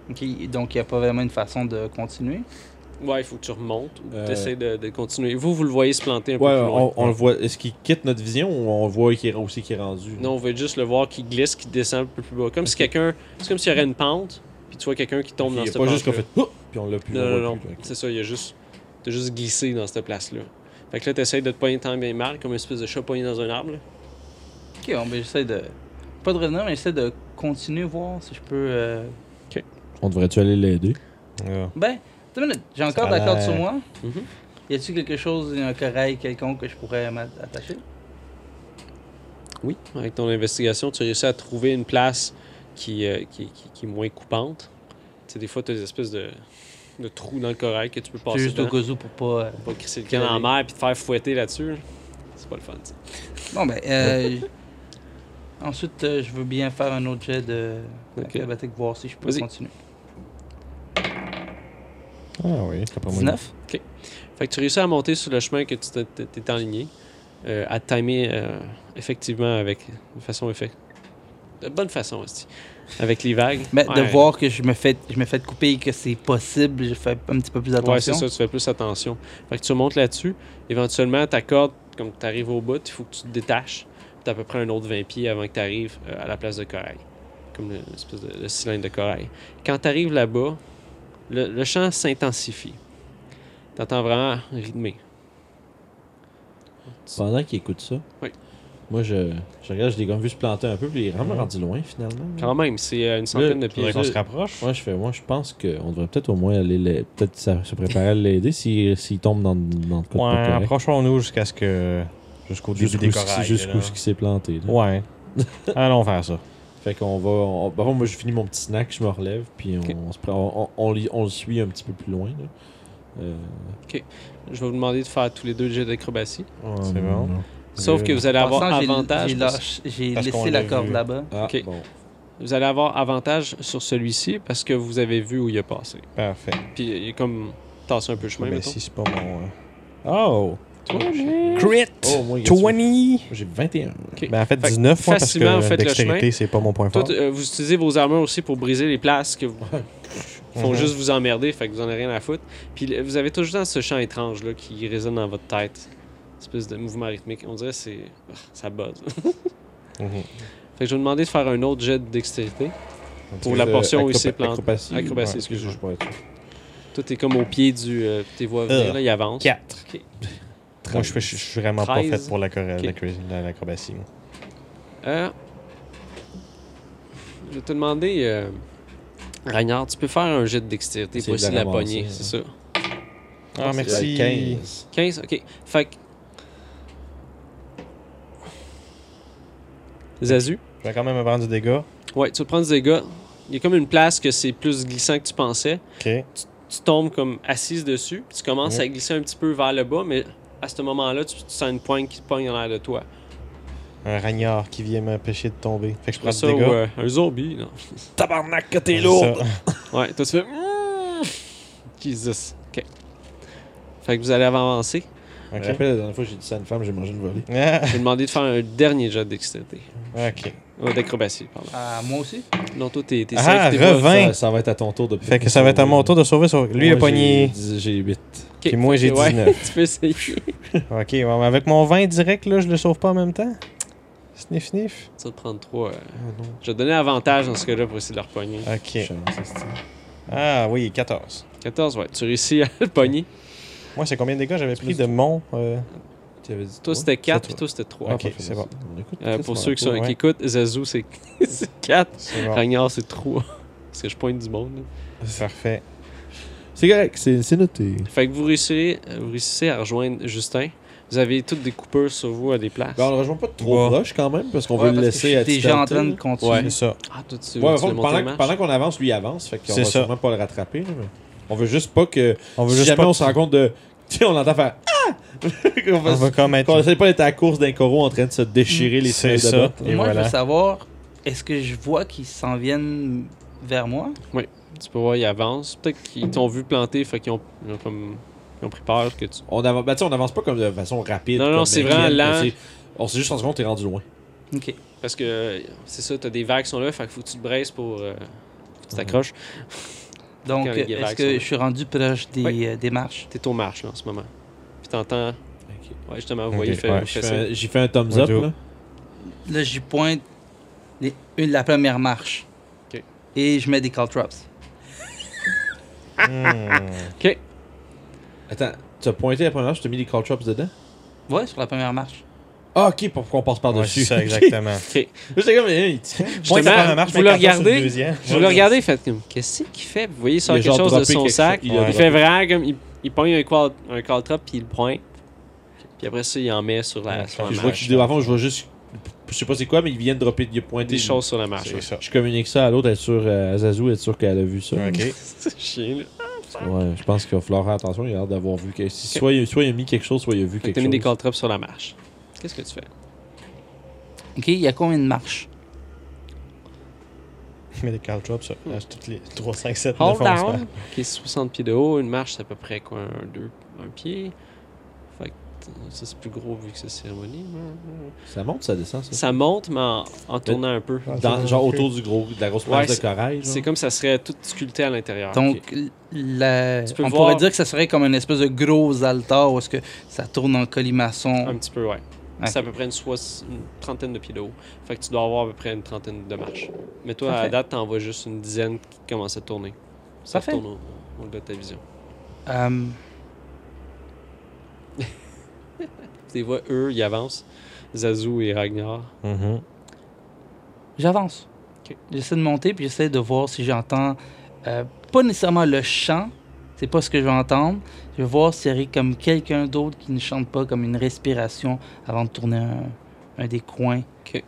S4: Ok, donc il n'y a pas vraiment une façon de continuer.
S1: Ouais, il faut que tu remontes ou
S3: Euh.
S1: t'essayes de, de continuer. Vous, vous le voyez se planter un peu
S3: Ouais,
S1: plus loin.
S3: on, on le voit. Est-ce qu'il quitte notre vision ou on le voit qu'il est aussi qu'il est rendu
S1: Non, on veut juste le voir qui glisse, qui descend un peu plus bas. Comme si
S3: Ok.
S1: quelqu'un... C'est comme s'il y aurait une pente, puis tu vois quelqu'un qui tombe
S3: Il
S1: dans
S3: est
S1: cette
S3: pas juste qu'on
S1: pente
S3: fait Ouh! puis on l'a plus. on
S1: Non,
S3: le
S1: non,
S4: euh.
S3: voit
S1: non.
S3: plus, ok.
S1: C'est ça, il y a juste. T'as juste glissé dans cette place-là. Fait que là, t'essayes de te poigner tant bien mal, comme une espèce de chat poigné dans un arbre. là.
S4: Ok, bon, ben j'essaie de. Pas de revenir, mais j'essaie de continuer voir si je peux. euh,
S3: On devrait-tu aller l'aider?
S2: Ah.
S4: Ben, attends une minute, j'ai encore
S2: a
S4: de la corde
S2: l'air-
S4: sur moi.
S1: Mhm.
S4: Y a-t-il quelque chose, un corail quelconque que je pourrais m'attacher
S1: Oui. Avec ton investigation, tu réussis à trouver une place qui, euh, qui, qui- qui est moins coupante. Tu sais, des fois, tu as des espèces de, de trous dans le corail que tu peux passer.
S4: C'est juste au
S1: dedans.
S4: cas où pour pas. euh,
S1: Pas crisser le camp en mer puis te faire fouetter là-dessus. là. C'est pas le fun, ça.
S4: Bon, ben. Euh... Ensuite, euh, je veux bien faire un autre jet de.
S1: Ok.
S4: acrobatique, voir si je peux
S1: Vas-y.
S4: continuer.
S2: Ah oui, c'est pas moi.
S4: 19
S1: Fait que tu réussis à monter sur le chemin que tu t'es- t'es t'es enligné, euh, à te timer euh, effectivement avec de façon effect... de bonne façon aussi, avec les vagues.
S4: Mais Ben, de
S1: Ouais.
S4: voir que je me fais, je me fais couper et que c'est possible, je fais un petit peu plus
S1: Ouais, c'est
S4: attention.
S1: ça, tu fais plus attention. Fait que tu montes là-dessus, éventuellement ta corde, comme tu arrives au bout, il faut que tu te détaches. T'as à peu près un autre 20 pieds avant que tu arrives à la place de corail, comme le- l'espèce de le cylindre de corail. Quand tu arrives là-bas, le, le chant s'intensifie. T'entends vraiment rythmer.
S3: Pendant qu'il écoute ça.
S1: Oui.
S3: Moi, je, je regarde, je l'ai comme vu se planter un peu, puis il est vraiment
S2: Mhm.
S3: rendu loin finalement.
S1: Quand même, c'est euh, une centaine
S3: Là,
S1: de
S2: Faudrait
S1: pieds.
S3: Puis
S2: qu'on
S3: je-
S2: se rapproche.
S3: Moi, je fais, moi, je pense qu'on devrait peut-être au moins aller l'a- peut-être se se préparer à l'aider s'il s'il tombe dans, dans le coup
S2: Ouais,
S3: de pas correct.
S2: approchons-nous jusqu'à ce que. Jusqu'au début
S3: Jusqu'où
S2: des corails.
S3: jusqu'où
S2: là.
S3: ce qui s'est planté. là.
S2: Ouais. Allons faire ça.
S3: Fait qu'on va. on- par contre, moi, je finis mon petit snack, je me relève, puis on,
S1: Ok.
S3: on se prend- on, on- on li- on le suit un petit peu plus loin. là. Euh,
S1: Je vais vous demander de faire tous les deux jets d'acrobatie.
S2: C'est bon.
S1: Sauf
S2: J'ai-
S1: que vous allez
S4: En
S1: avoir
S4: passant, j'ai-
S1: avantage.
S4: j'ai
S1: parce-
S4: lâché- J'ai
S2: parce qu'on
S4: laissé la
S2: l'a
S4: corde
S2: vu.
S4: là-bas.
S3: Ah,
S1: Ok.
S3: bon.
S1: Vous allez avoir avantage sur celui-ci parce que vous avez vu où il a passé.
S2: Parfait.
S1: Puis il est comme tassé un peu le chemin.
S2: Mais
S1: mettons.
S2: si c'est pas mon. euh, Oh!
S1: Tu vois, je-
S2: Crit!
S3: Oh, moi, il y a-
S2: 20!
S3: J'ai 21.
S2: Ben, en fait,
S1: Fait que
S2: 19 fois parce
S1: facilement,
S2: que
S1: faites le
S2: dextérité, c'est pas mon point fort.
S1: Tout, euh, vous utilisez vos armures aussi pour briser les places que vous font
S2: Mhm.
S1: euh, juste vous emmerder, fait que vous en avez rien à foutre. Puis le- vous avez toujours dans ce chant étrange là qui résonne dans votre tête, espèce de mouvement rythmique. On dirait que c'est ah, ça buzz. fait
S2: Mhm.
S1: que je vais vous demander de faire un autre jet de dextérité. Pour la
S3: Euh,
S1: portion où il
S3: acroba-
S1: s'est planté.
S3: Acrobatie.
S1: Acrobatie,
S3: Ouais,
S1: excuse-moi.
S3: je pourrais être sûr.
S1: Tout est comme au pied du euh, tes voix venir
S2: Ah.
S1: là, il avance.
S2: 4.
S1: Ok.
S2: Moi, je, je- je suis vraiment pas
S1: 13.
S2: fait pour la cor- la cor- la- l'acrobatie.
S1: Euh, je vais te demander, euh, Ragnar, tu peux faire un jet de dextérité pour
S3: Essayer de la
S1: essayer de la
S3: ramasser,
S1: pogner,
S3: hein.
S1: c'est ça.
S2: Ah,
S1: c'est
S2: merci.
S3: 15.
S1: 15, ok. Fait que. Zazu.
S2: Je vais quand même avoir du dégât.
S1: Ouais, tu vas prendre des dégâts. Il y a comme une place que c'est plus glissant que tu pensais.
S2: Ok.
S1: Tu tombes comme assise dessus. puis Tu commences
S2: Mhm.
S1: à glisser un petit peu vers le bas, mais à ce moment-là, tu, tu sens une pointe qui te pogne en l'air de toi.
S2: Un ragnard qui vient m'empêcher de tomber. Fait que je prends
S1: Après ça,
S2: du dégât.
S1: ou, euh, un zombie, non?
S3: Tabarnak, que
S2: C'est
S3: t'es lourd!
S2: ça.
S1: Ouais, toi, tu fais. Mm. Jesus. Ok. Fait que vous allez avancer.
S3: Je me
S2: Ok.
S3: rappelle la dernière fois que j'ai dit ça à une femme, j'ai mangé une volée.
S1: Je vais demander de faire un dernier jet de dextérité.
S2: Ah, ok.
S1: Oh, d'acrobatie, pardon.
S4: Ah, moi aussi.
S1: Non, toi, t'es t'es
S2: Ah,
S1: safe, t'es pas-
S2: revends. 20.
S3: Ça, ça va être à ton tour de
S2: Fait que ça va être à mon tour de sauver sur. Lui, il a
S3: Moi,
S2: pogné.
S3: j'ai- J'ai 8.
S1: Ok,
S2: Puis moi,
S1: fait
S2: j'ai
S1: que, ouais,
S2: 19.
S1: tu peux essayer.
S2: Ok, bon, mais avec mon 20 direct, là, je le sauve pas en même temps. Sniff, sniff.
S1: Ça te prend trois. euh,
S3: non.
S1: Je vais te donner avantage dans ce cas-là pour essayer de le repogner.
S2: Ok.
S3: Chance, c'est-
S2: Ah oui, 14.
S1: 14, ouais. Tu réussis à le pogner.
S2: Moi, c'est combien de dégâts j'avais
S3: Tu
S2: pris
S3: l'as
S2: de mon. euh,
S3: Tu avais dit
S1: Toi,
S3: toi?
S1: c'était 4, puis
S2: toi.
S1: toi, c'était 3.
S2: Ok, c'est bon.
S3: On écoute Chris,
S1: pour
S3: on
S1: ceux
S3: a
S1: qui,
S3: pas-
S1: sont,
S2: ouais.
S1: qui écoutent, Zazu, c'est 4.
S2: C'est bon.
S1: Ragnar, c'est 3. Parce que je pointe du monde. là.
S2: Parfait.
S3: C'est correct, c'est c'est noté.
S1: Fait que vous réussirez, euh, vous réussissez à rejoindre Justin. Vous avez toutes des coupeurs sur vous à des places.
S3: Ben, on le rejoint pas trop
S2: Ouais.
S3: proche quand même, parce qu'on
S4: Ouais,
S3: veut le
S4: parce que
S3: laisser à
S4: Je suis déjà en train de continuer.
S2: C'est ça.
S1: Ah, toi, tu, tu
S3: Ouais,
S1: veux
S3: au fond,
S1: monter le
S3: pendant,
S1: match?
S3: pendant qu'on avance, lui avance. Fait qu'on
S2: C'est
S3: va
S2: ça.
S3: sûrement pas le rattraper. là, mais On veut juste pas que.
S2: On veut
S3: si
S2: juste
S3: jamais
S2: pas
S3: on se rend compte de. Tu sais, on entend faire. Ah! qu'on
S2: On
S3: fasse-
S2: va comme
S3: qu'on
S2: être.
S3: essaie pas d'être à la course d'un coraux en train de se déchirer les
S2: C'est
S3: selles de
S2: ça.
S3: bottes.
S2: Et
S4: moi, je
S2: voilà.
S4: veux savoir, est-ce que je vois qu'ils s'en viennent vers moi?
S1: Tu peux voir, ils avancent. Peut-être qu'ils t'ont vu planter, fait qu'ils ont, ils ont comme. Ils ont pris peur que tu.
S3: On avance, ben, tu sais, on avance pas comme de façon rapide.
S1: Non, non,
S3: comme
S1: c'est
S3: ils
S1: vraiment
S3: viennent,
S1: lent.
S3: mais c'est- On s'est juste rendu compte, t'es rendu loin.
S4: Ok.
S1: Parce que euh, c'est ça, t'as des vagues qui sont là, fait que faut que tu te braises pour. euh, faut que tu t'accroches.
S4: Donc,
S1: Quand les guévagues
S4: est-ce
S1: sont
S4: que
S1: là.
S4: je suis rendu proche des,
S1: Oui.
S4: euh, des marches?
S1: T'es aux marches, là, en ce moment. Puis t'entends. Ouais, justement, vous
S2: Ok,
S1: voyez, il fait,
S2: ouais,
S1: il fait
S3: J'ai fait
S1: ça.
S3: un- J'ai fait un thumbs
S2: Ouais,
S3: up.
S2: Joe.
S3: là.
S4: Là, j'y pointe les- une, la première marche.
S1: Ok.
S4: Et je mets des call traps.
S2: Hmm.
S1: Ok.
S3: Attends, tu as pointé la première marche, tu as mis les call traps dedans?
S4: Ouais, sur la première marche.
S3: Ah, ok, pour qu'on passe
S2: Ouais,
S3: par-dessus.
S2: c'est ça, exactement.
S3: J'étais comme, eh, il tient.
S2: Pointe la première marche,
S1: vous
S2: mets
S1: le
S2: le carton sur le
S1: regardez,
S2: deuxième.
S1: vous le regardez, faites comme, qu'est-ce qu'il fait? Vous voyez, il sort
S3: Il a
S1: quelque
S3: genre
S1: chose de
S3: droppé
S1: son
S3: quelque
S1: sac.
S3: chose.
S1: Il,
S3: Il a droppé.
S1: fait vraiment comme, il, il pogne un call, un call trap, puis il le pointe. Puis après ça, il en met sur la,
S2: Ouais,
S1: sur la
S3: Puis je vois
S1: marche.
S3: qu'il dit, avant, je vois juste, je sais pas c'est quoi, mais il vient de dropper, il a pointé
S1: Des choses sur la marche.
S2: C'est ça.
S3: Je communique ça à l'autre, être sûr, euh, à Zazou, être sûr qu'elle a vu ça.
S2: Ok.
S1: C'est chiant, là.
S3: Ouais, je pense qu'il va falloir faire attention, il a l'air d'avoir vu quelque chose. Soit, il- soit il a mis quelque chose, soit il a vu
S1: Fait que
S3: quelque
S1: t'as mis des
S3: chose.
S1: call traps sur la marche. Qu'est-ce que tu fais?
S4: Ok, il y a combien de marches
S2: Mais des call drops, ça. Là, c'est toutes les 3, 5, 7,
S1: Hold
S2: 9, 11.
S1: down. Qui est 60 pieds de haut, une marche c'est à peu près quoi, un, deux, un pied. Fait que euh, ça c'est plus gros vu que c'est cérémonie.
S3: Ça monte, ça descend, ça.
S1: Ça monte mais en, en tournant un peu.
S3: Dans- genre autour du gros, de la grosse
S1: Ouais,
S3: place de
S1: c'est-
S3: corail. genre.
S1: C'est comme ça serait tout sculpté à l'intérieur.
S4: Donc, la-
S1: Ah, Tu peux
S4: on
S1: voir-
S4: pourrait dire que ça serait comme une espèce de gros altar où est-ce que ça tourne en
S1: Un
S4: colimaçon.
S1: petit peu, ouais.
S4: Ok.
S1: C'est à peu près une, soix- une trentaine de pieds de haut. Fait que tu dois avoir à peu près une trentaine de marches. Mais toi, à
S4: Parfait.
S1: date, t'en vois juste une dizaine qui commence à tourner. Ça
S4: Parfait.
S1: tourne au, au delà de ta vision.
S4: Euh,
S1: Tu les vois, eux, ils avancent. Zazu et Ragnar.
S2: Mhm.
S4: J'avance.
S1: Ok.
S4: J'essaie de monter puis j'essaie de voir si j'entends euh, pas nécessairement le chant. C'est pas ce que je vais entendre. Je vais voir s'il y aurait comme quelqu'un d'autre qui ne chante pas comme une respiration avant de tourner un, un des coins.
S1: Je t'ai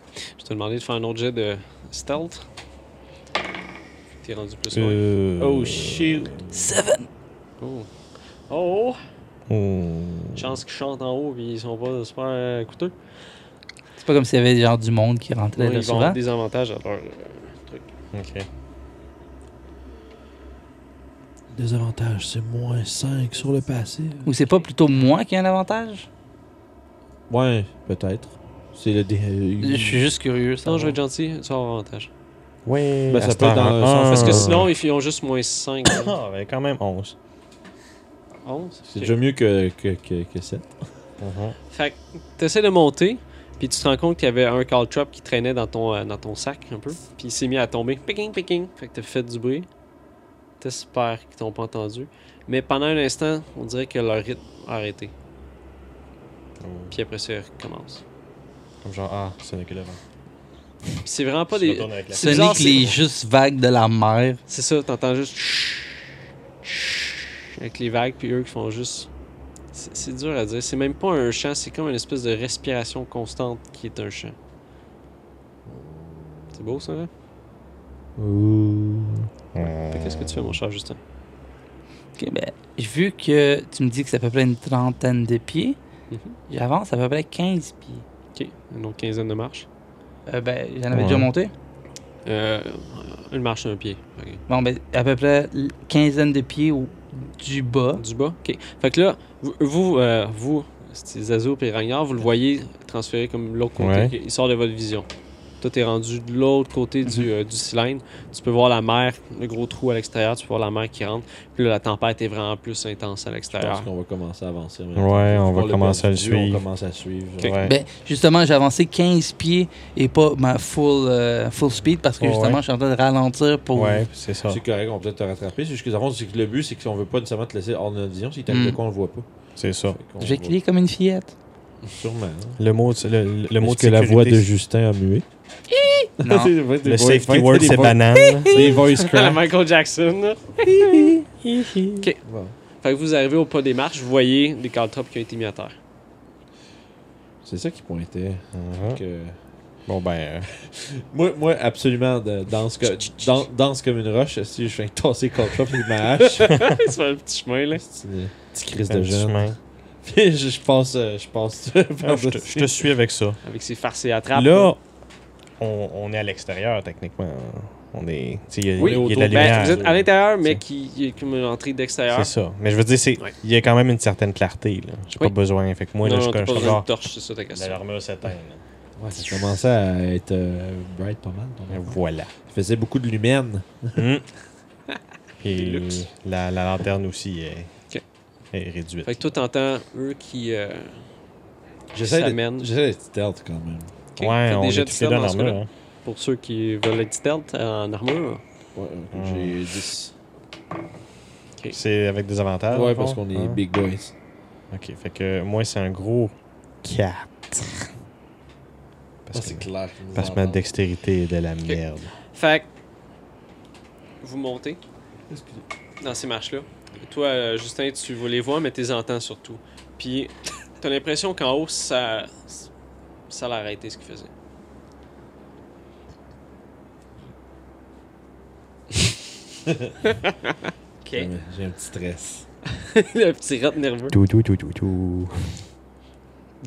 S1: demandé de faire un autre jet de stealth. T'es rendu plus loin.
S2: Euh,
S3: Oh shoot!
S4: Seven.
S1: Oh. Oh!
S2: hmm.
S1: Chance qu'ils chantent en haut puis ils sont pas super euh, coûteux.
S4: C'est pas comme s'il y avait genre du monde qui rentrait
S1: Ouais,
S4: là
S1: ils vont avoir
S4: souvent.
S1: des avantages à leur.
S2: Ok.
S3: Désavantage, c'est moins 5 sur le passif.
S4: Ou c'est pas plutôt moi qui ai un avantage
S3: Ouais, peut-être. C'est le dé.
S4: Je suis juste curieux.
S1: Non,
S4: savoir.
S1: je vais être gentil, tu vas avoir avantage.
S2: Ouais,
S3: Ben, ça
S2: à ce
S3: peut être dans le
S2: temps-
S3: sens-
S1: Parce que
S2: Ah.
S1: sinon, ils ont juste moins 5.
S2: Ah, ben quand même 11.
S1: 11.
S3: C'est déjà mieux que, que, que, que 7.
S2: Mhm.
S1: Fait que t'essaies de monter, puis tu te rends compte qu'il y avait un call trap qui traînait dans ton, euh, dans ton sac un peu, puis il s'est mis à tomber. Picking, picking. Fait que t'as fait du bruit. T'espères qu'ils t'ont pas entendu. Mais pendant un instant, on dirait que leur rythme a arrêté.
S2: Mm.
S1: Puis après ça, il recommence.
S2: Comme genre, ah, ce n'est que devant.
S1: Puis c'est vraiment pas
S2: Tu
S1: des.
S2: retournes avec la
S1: c'est
S4: Ce n'est
S1: bizarre,
S4: que les
S1: c'est-
S4: juste vagues de la mer.
S1: C'est ça, t'entends juste. chut, chut, Avec les vagues, puis eux qui font juste. C'est c'est dur à dire. C'est même pas un chant, c'est comme une espèce de respiration constante qui est un chant. C'est beau ça, hein? là? Fait Qu'est-ce que tu fais, mon cher Justin?
S4: Ok, ben, vu que tu me dis que c'est à peu près une trentaine de pieds,
S1: Mhm.
S4: j'avance à peu près 15 pieds.
S1: Ok, une autre quinzaine de marches.
S4: Euh, ben, j'en avais
S2: Ouais.
S4: déjà monté.
S1: Euh, une marche, un pied. Ok.
S4: Bon, ben, à peu près l- quinzaine de pieds au, du bas.
S1: Du bas? Ok. Fait que là, vous, vous, euh, vous c'est Zazo et Ragnar, vous le voyez transféré comme l'autre côté.
S2: Ouais.
S1: Ok, Il sort de votre vision. Toi, t'es rendu de l'autre côté du, euh, du cylindre. Tu peux voir la mer, le gros trou à l'extérieur. Tu peux voir la mer qui rentre. Puis là, la tempête est vraiment plus intense à
S3: Je pense
S1: l'extérieur.
S3: qu'on va commencer à avancer. en même
S2: Ouais,
S3: temps. Faut
S2: on va
S3: qu'on
S2: commencer à le
S3: perdu, on
S2: suivre.
S3: commence à suivre. genre.
S1: Ok.
S2: Ouais.
S4: Ben, justement, j'ai avancé 15 pieds et pas ma full, euh, full speed parce que
S2: Ouais,
S4: justement,
S2: ouais.
S4: je suis en train de ralentir pour.
S2: Ouais, c'est ça.
S3: C'est correct, on peut peut-être te rattraper. C'est juste que, dans le fond, c'est que le but, c'est qu'on veut pas nécessairement te laisser hors de notre vision. Si
S2: Hmm.
S3: t'arrives
S4: Mm.
S3: de quoi, on le voit pas.
S2: C'est ça.
S3: Fait qu'on
S4: J'ai
S3: va-
S4: crié comme une fillette.
S3: Sûrement. hein.
S2: Le mot, de- le, le- le mot
S3: Est-ce
S2: de
S3: que la
S2: sécurité,
S3: voix de
S2: c'est-
S3: Justin a mué.
S4: Non.
S3: C'est vrai, des
S2: Le
S3: voice-
S2: safety
S3: des
S2: word,
S3: voice-
S2: c'est banane.
S3: Des voice
S1: la
S3: cracks.
S1: Michael Jackson. là.
S3: Bon.
S1: Fait que vous arrivez au pas des marches. Vous voyez des caltrops qui ont été mis à terre.
S3: C'est ça qui pointait.
S2: Mhm.
S3: que-
S2: Bon, ben. euh,
S3: Moi, moi, absolument, de- danse, co- dan- danse comme une roche. Si je fais tasser contre ça avec ma hache,
S1: Tu fais le petit chemin, là.
S3: c'est une petite crise
S2: un
S3: de
S2: petit
S3: jeune.
S2: chemin.
S3: Puis je, je passe, euh, je passe.
S2: Ah, Je te je te suis avec ça.
S1: Avec ses farces et attrapes.
S2: Là, on, on est à l'extérieur, techniquement. On est. tu sais, Il y, a-
S1: Oui,
S2: il y a de
S1: Ben,
S2: la lumière. euh,
S1: vous êtes à l'intérieur, mais
S2: C'est-
S1: qui il y a comme une entrée d'extérieur.
S2: C'est ça. Mais je veux dire, c'est-
S1: Ouais.
S2: il y a quand même une certaine clarté. là. J'ai
S1: Oui.
S2: pas besoin. Fait que moi,
S1: non,
S2: là, je
S1: non, t'as
S2: connais
S1: pas
S2: je suis
S1: besoin
S2: genre.
S1: de torche, c'est ça ta question.
S2: L'alarme s'éteint. là.
S3: Ouais, ah, ça commençait à être euh, bright pas mal. ton
S2: Et
S3: affaire.
S2: Voilà.
S3: Il faisait beaucoup de lumène.
S2: Hmm. Puis
S1: Mm. Luxe.
S2: la, la lanterne aussi est,
S1: Ok.
S2: est réduite.
S1: Fait que toi, t'entends eux qui. Euh,
S3: J'essaie
S1: Ça
S3: d'être
S1: mène.
S3: j'essaie d'être stealth quand même.
S1: ok,
S2: ouais,
S1: faites
S2: on
S1: des
S2: est
S1: jets de
S2: tous les
S1: stealth
S2: deux en
S1: dans ce cas-là.
S2: armure. hein.
S1: Pour ceux qui veulent être stealth en euh, armure.
S2: Ah.
S3: Ouais, euh,
S2: Hmm.
S3: j'ai 10.
S1: Ok. Ok.
S2: C'est avec des avantages.
S3: ouais,
S2: dans le
S3: parce
S2: fond?
S3: qu'on est
S2: Ah.
S3: big boys.
S2: Ok, fait que moi, c'est un gros 4.
S3: Ah,
S2: Parce,
S3: c'est
S2: que,
S3: clair. qu'ils nous
S2: parce que ma
S3: entendent.
S2: dextérité est de la merde.
S1: Fait que vous montez dans ces marches-là. Toi, euh, Justin, tu vois les voir, mais tu les entends surtout. Puis, t'as l'impression qu'en haut, ça. Ça l'a arrêté ce qu'il faisait.
S3: Ouais,
S1: ok.
S3: mais J'ai un petit stress.
S1: Le petit rat nerveux.
S2: Tout, tout, tout, tout, tout.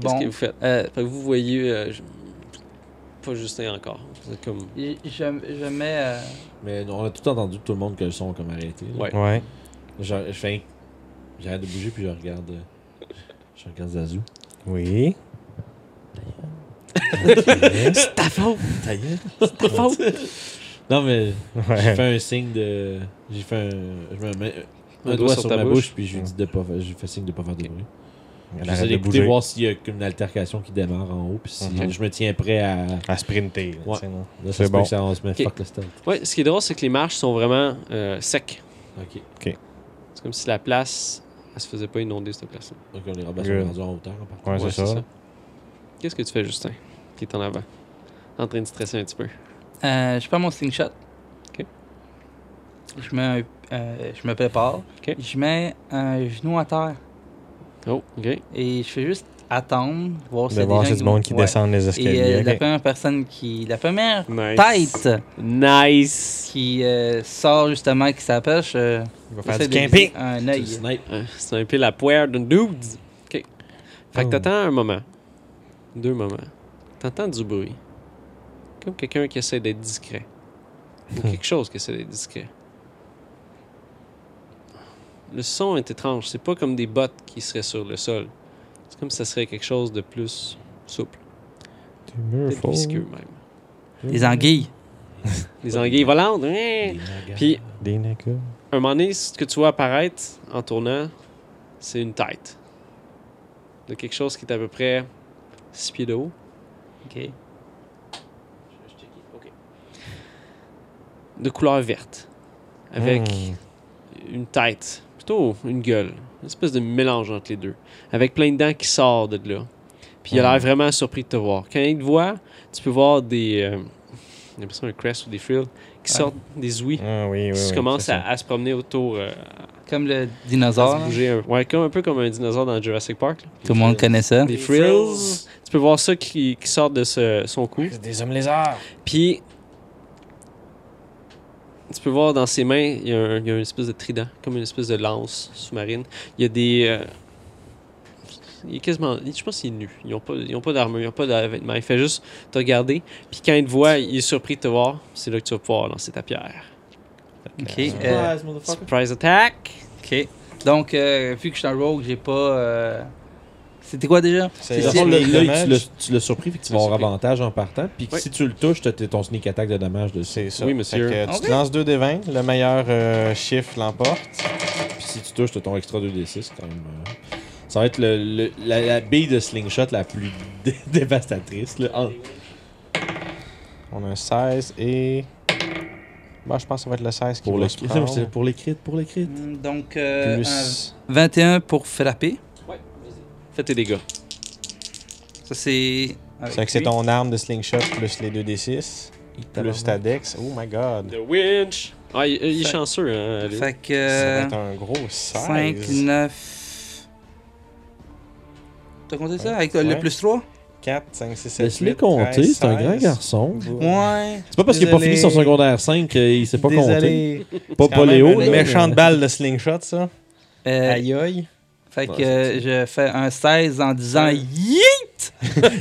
S1: Qu'est-ce que
S4: Bon,
S1: vous faites?
S4: euh,
S1: Fait que vous voyez. euh, je- Pas Justin encore. Vous êtes comme.
S4: je, je mets. euh,
S3: Mais on a tout entendu, tout le monde, que le son a comme arrêté. là.
S1: Ouais.
S2: Ouais.
S3: Genre, je fais. J'arrête de bouger, puis je regarde. euh, Je regarde Zazu.
S2: Oui.
S1: C'est ta faute!
S3: Ta gueule.
S1: Ta faute!
S3: Non, mais j'ai
S2: Ouais.
S3: fait un signe de. J'ai fait un. Je me mets un,
S1: Un
S3: doigt sur, ma bouche, puis je lui dis de pas faire. J'ai fait signe de pas faire de
S1: Ok.
S3: bruit.
S2: Elle
S3: J'essaie
S2: arrête de
S3: d'écouter
S2: bouger.
S3: voir s'il y a comme une altercation qui démarre en haut, puis si
S2: Mhm.
S3: je me tiens prêt à.
S2: À sprinter. là,
S3: Ouais.
S2: tu sais, non? C'est
S3: Là, ça se peut
S2: bon.
S3: que Ça, on se met
S1: Ok.
S3: fuck le stealth.
S1: Ouais, ce qui est drôle, c'est que les marches sont vraiment euh, secs.
S3: Ok.
S1: C'est comme si la place. Elle se faisait pas inonder, cette place-là.
S3: Donc on est rabat
S2: Good.
S3: rendus en hauteur. en partant.
S2: Ouais, c'est ça.
S1: Qu'est-ce que tu fais, Justin, qui est en avant? En train de stresser un petit peu.
S4: Euh, je prends mon sling shot.
S1: Ok.
S4: Je, mets un- euh, je me prépare.
S1: Ok.
S4: Je mets un genou à terre
S1: Oh, ok.
S4: et je fais juste attendre, voir s'il y
S2: De
S4: a des
S2: voir
S4: gens
S2: si du monde qui
S4: Ouais.
S2: descend les
S4: Et
S2: escaliers.
S4: euh, la
S2: ok.
S4: première personne qui. La première
S1: Nice.
S4: tête
S1: Nice.
S4: qui euh, sort justement, qui s'appêche, euh,
S2: Il va faire
S4: essaie
S2: du
S4: de
S2: camping.
S4: viser un
S3: Tu le
S4: œil.
S3: snipe.
S1: Euh, C'est un peu la poire d'un dude. Ok. Fait que
S2: Oh.
S1: t'attends un moment. Deux moments. T'entends du bruit. Comme quelqu'un qui essaie d'être discret. Ou quelque chose qui essaie d'être discret. Le son est étrange. C'est pas comme des bottes qui seraient sur le sol. C'est comme si ça serait quelque chose de plus souple. Peut-être visqueux, même.
S4: Des anguilles.
S1: Les anguilles volantes. hein.
S3: Des nagas.
S1: Puis,
S2: Des nakas.
S1: un moment donné, ce que tu vois apparaître en tournant, c'est une tête. De quelque chose qui est à peu près 6 pieds de haut.
S4: Ok.
S1: De couleur verte. Avec
S2: Hmm.
S1: une tête. Plutôt une gueule. Une espèce de mélange entre les deux. Avec plein de dents qui sortent de là. Puis il a
S2: Hmm.
S1: l'air vraiment surpris de te voir. Quand il te voit, tu peux voir des. Euh, on appelle ça un crest ou des frills qui
S4: Ah.
S1: sortent des ouïes.
S2: Ah oui, oui.
S1: qui
S2: oui,
S1: commencent
S2: c'est
S1: à, à se promener autour, euh,
S4: Comme le
S1: à
S4: dinosaure.
S1: se
S4: là.
S1: bouger un, ouais, comme, un peu comme un dinosaure dans Jurassic Park. là.
S4: Tout le monde connaît ça.
S1: des
S2: Des
S1: frills.
S2: frills.
S1: Tu peux voir ça qui, qui sort de ce- son cou.
S2: ça. C'est des hommes lézards.
S1: Puis, tu peux voir dans ses mains, il y, a un- il y a une espèce de trident, comme une espèce de lance sous-marine. Il y a des. euh, il est quasiment. Je pense qu'il est nu. Ils n'ont pas, ils ont pas d'armure, ils n'ont pas de vêtements. Il fait juste te regarder. Puis quand il te voit, il est surpris de te voir. C'est là que tu vas pouvoir lancer ta pierre.
S4: Ok. euh,
S3: Surprise, motherfucker.
S1: Surprise attack!
S4: ok. Donc, euh, vu que je suis un rogue, j'ai pas. euh, C'était quoi déjà?
S2: C'est
S3: Dans le
S4: si-
S3: fond,
S2: le
S3: l'œil,
S2: dommage.
S3: tu l'as- tu l'as surpris, puis tu vas
S1: l'as
S3: avoir
S1: surpris.
S3: avantage en partant. Puis que
S1: Oui.
S3: si tu le touches, t'as t'as ton sneak attack de dommage dessus.
S2: C'est ça.
S1: Oui, monsieur.
S2: Fait que tu
S4: Ok.
S2: te lances 2 des 20, le meilleur euh, chiffre l'emporte.
S3: Puis si tu touches, t'as ton extra 2d6 quand même. euh. Ça va être le, le- la, la bille de slingshot la plus dé- dévastatrice. là. En-
S2: On a un 16 et. Moi, je pense que ça va être le 16 qui
S3: Pour,
S2: va
S3: le,
S2: se prendre.
S3: c'est pour les crits, pour les crits.
S4: Hmm, Donc, euh, un
S2: Plus.
S4: 21 pour frapper.
S1: Ouais, vas-y. Fais tes dégâts.
S4: Ça, c'est. avec
S2: C'est que c'est
S4: lui.
S2: ton arme de slingshot plus les 2d6. Plus ta dex. Oh my god.
S1: The winch! Ah, il, il est
S4: Fait-
S1: chanceux, hein. Léo.
S4: Fait que.
S2: Ça va
S4: euh,
S2: être un gros
S4: 5,
S2: 16.
S4: 9. T'as compté ça
S2: Ouais.
S4: avec
S2: Ouais.
S4: le plus 3
S2: 4, 5, 6, 7.
S3: Laisse-le compter, c'est un grand garçon.
S4: Ouais.
S3: C'est pas parce qu'il a pas
S2: Désolé.
S3: fini son secondaire 5 qu'il sait pas
S2: Désolé.
S3: compter. Pas, pas Léo. là,
S2: Méchante
S3: mais-
S2: balle de slingshot, ça.
S4: Euh,
S2: Aïe aïe.
S4: fait que
S3: Ouais,
S4: euh, je fais un 16 en disant Yi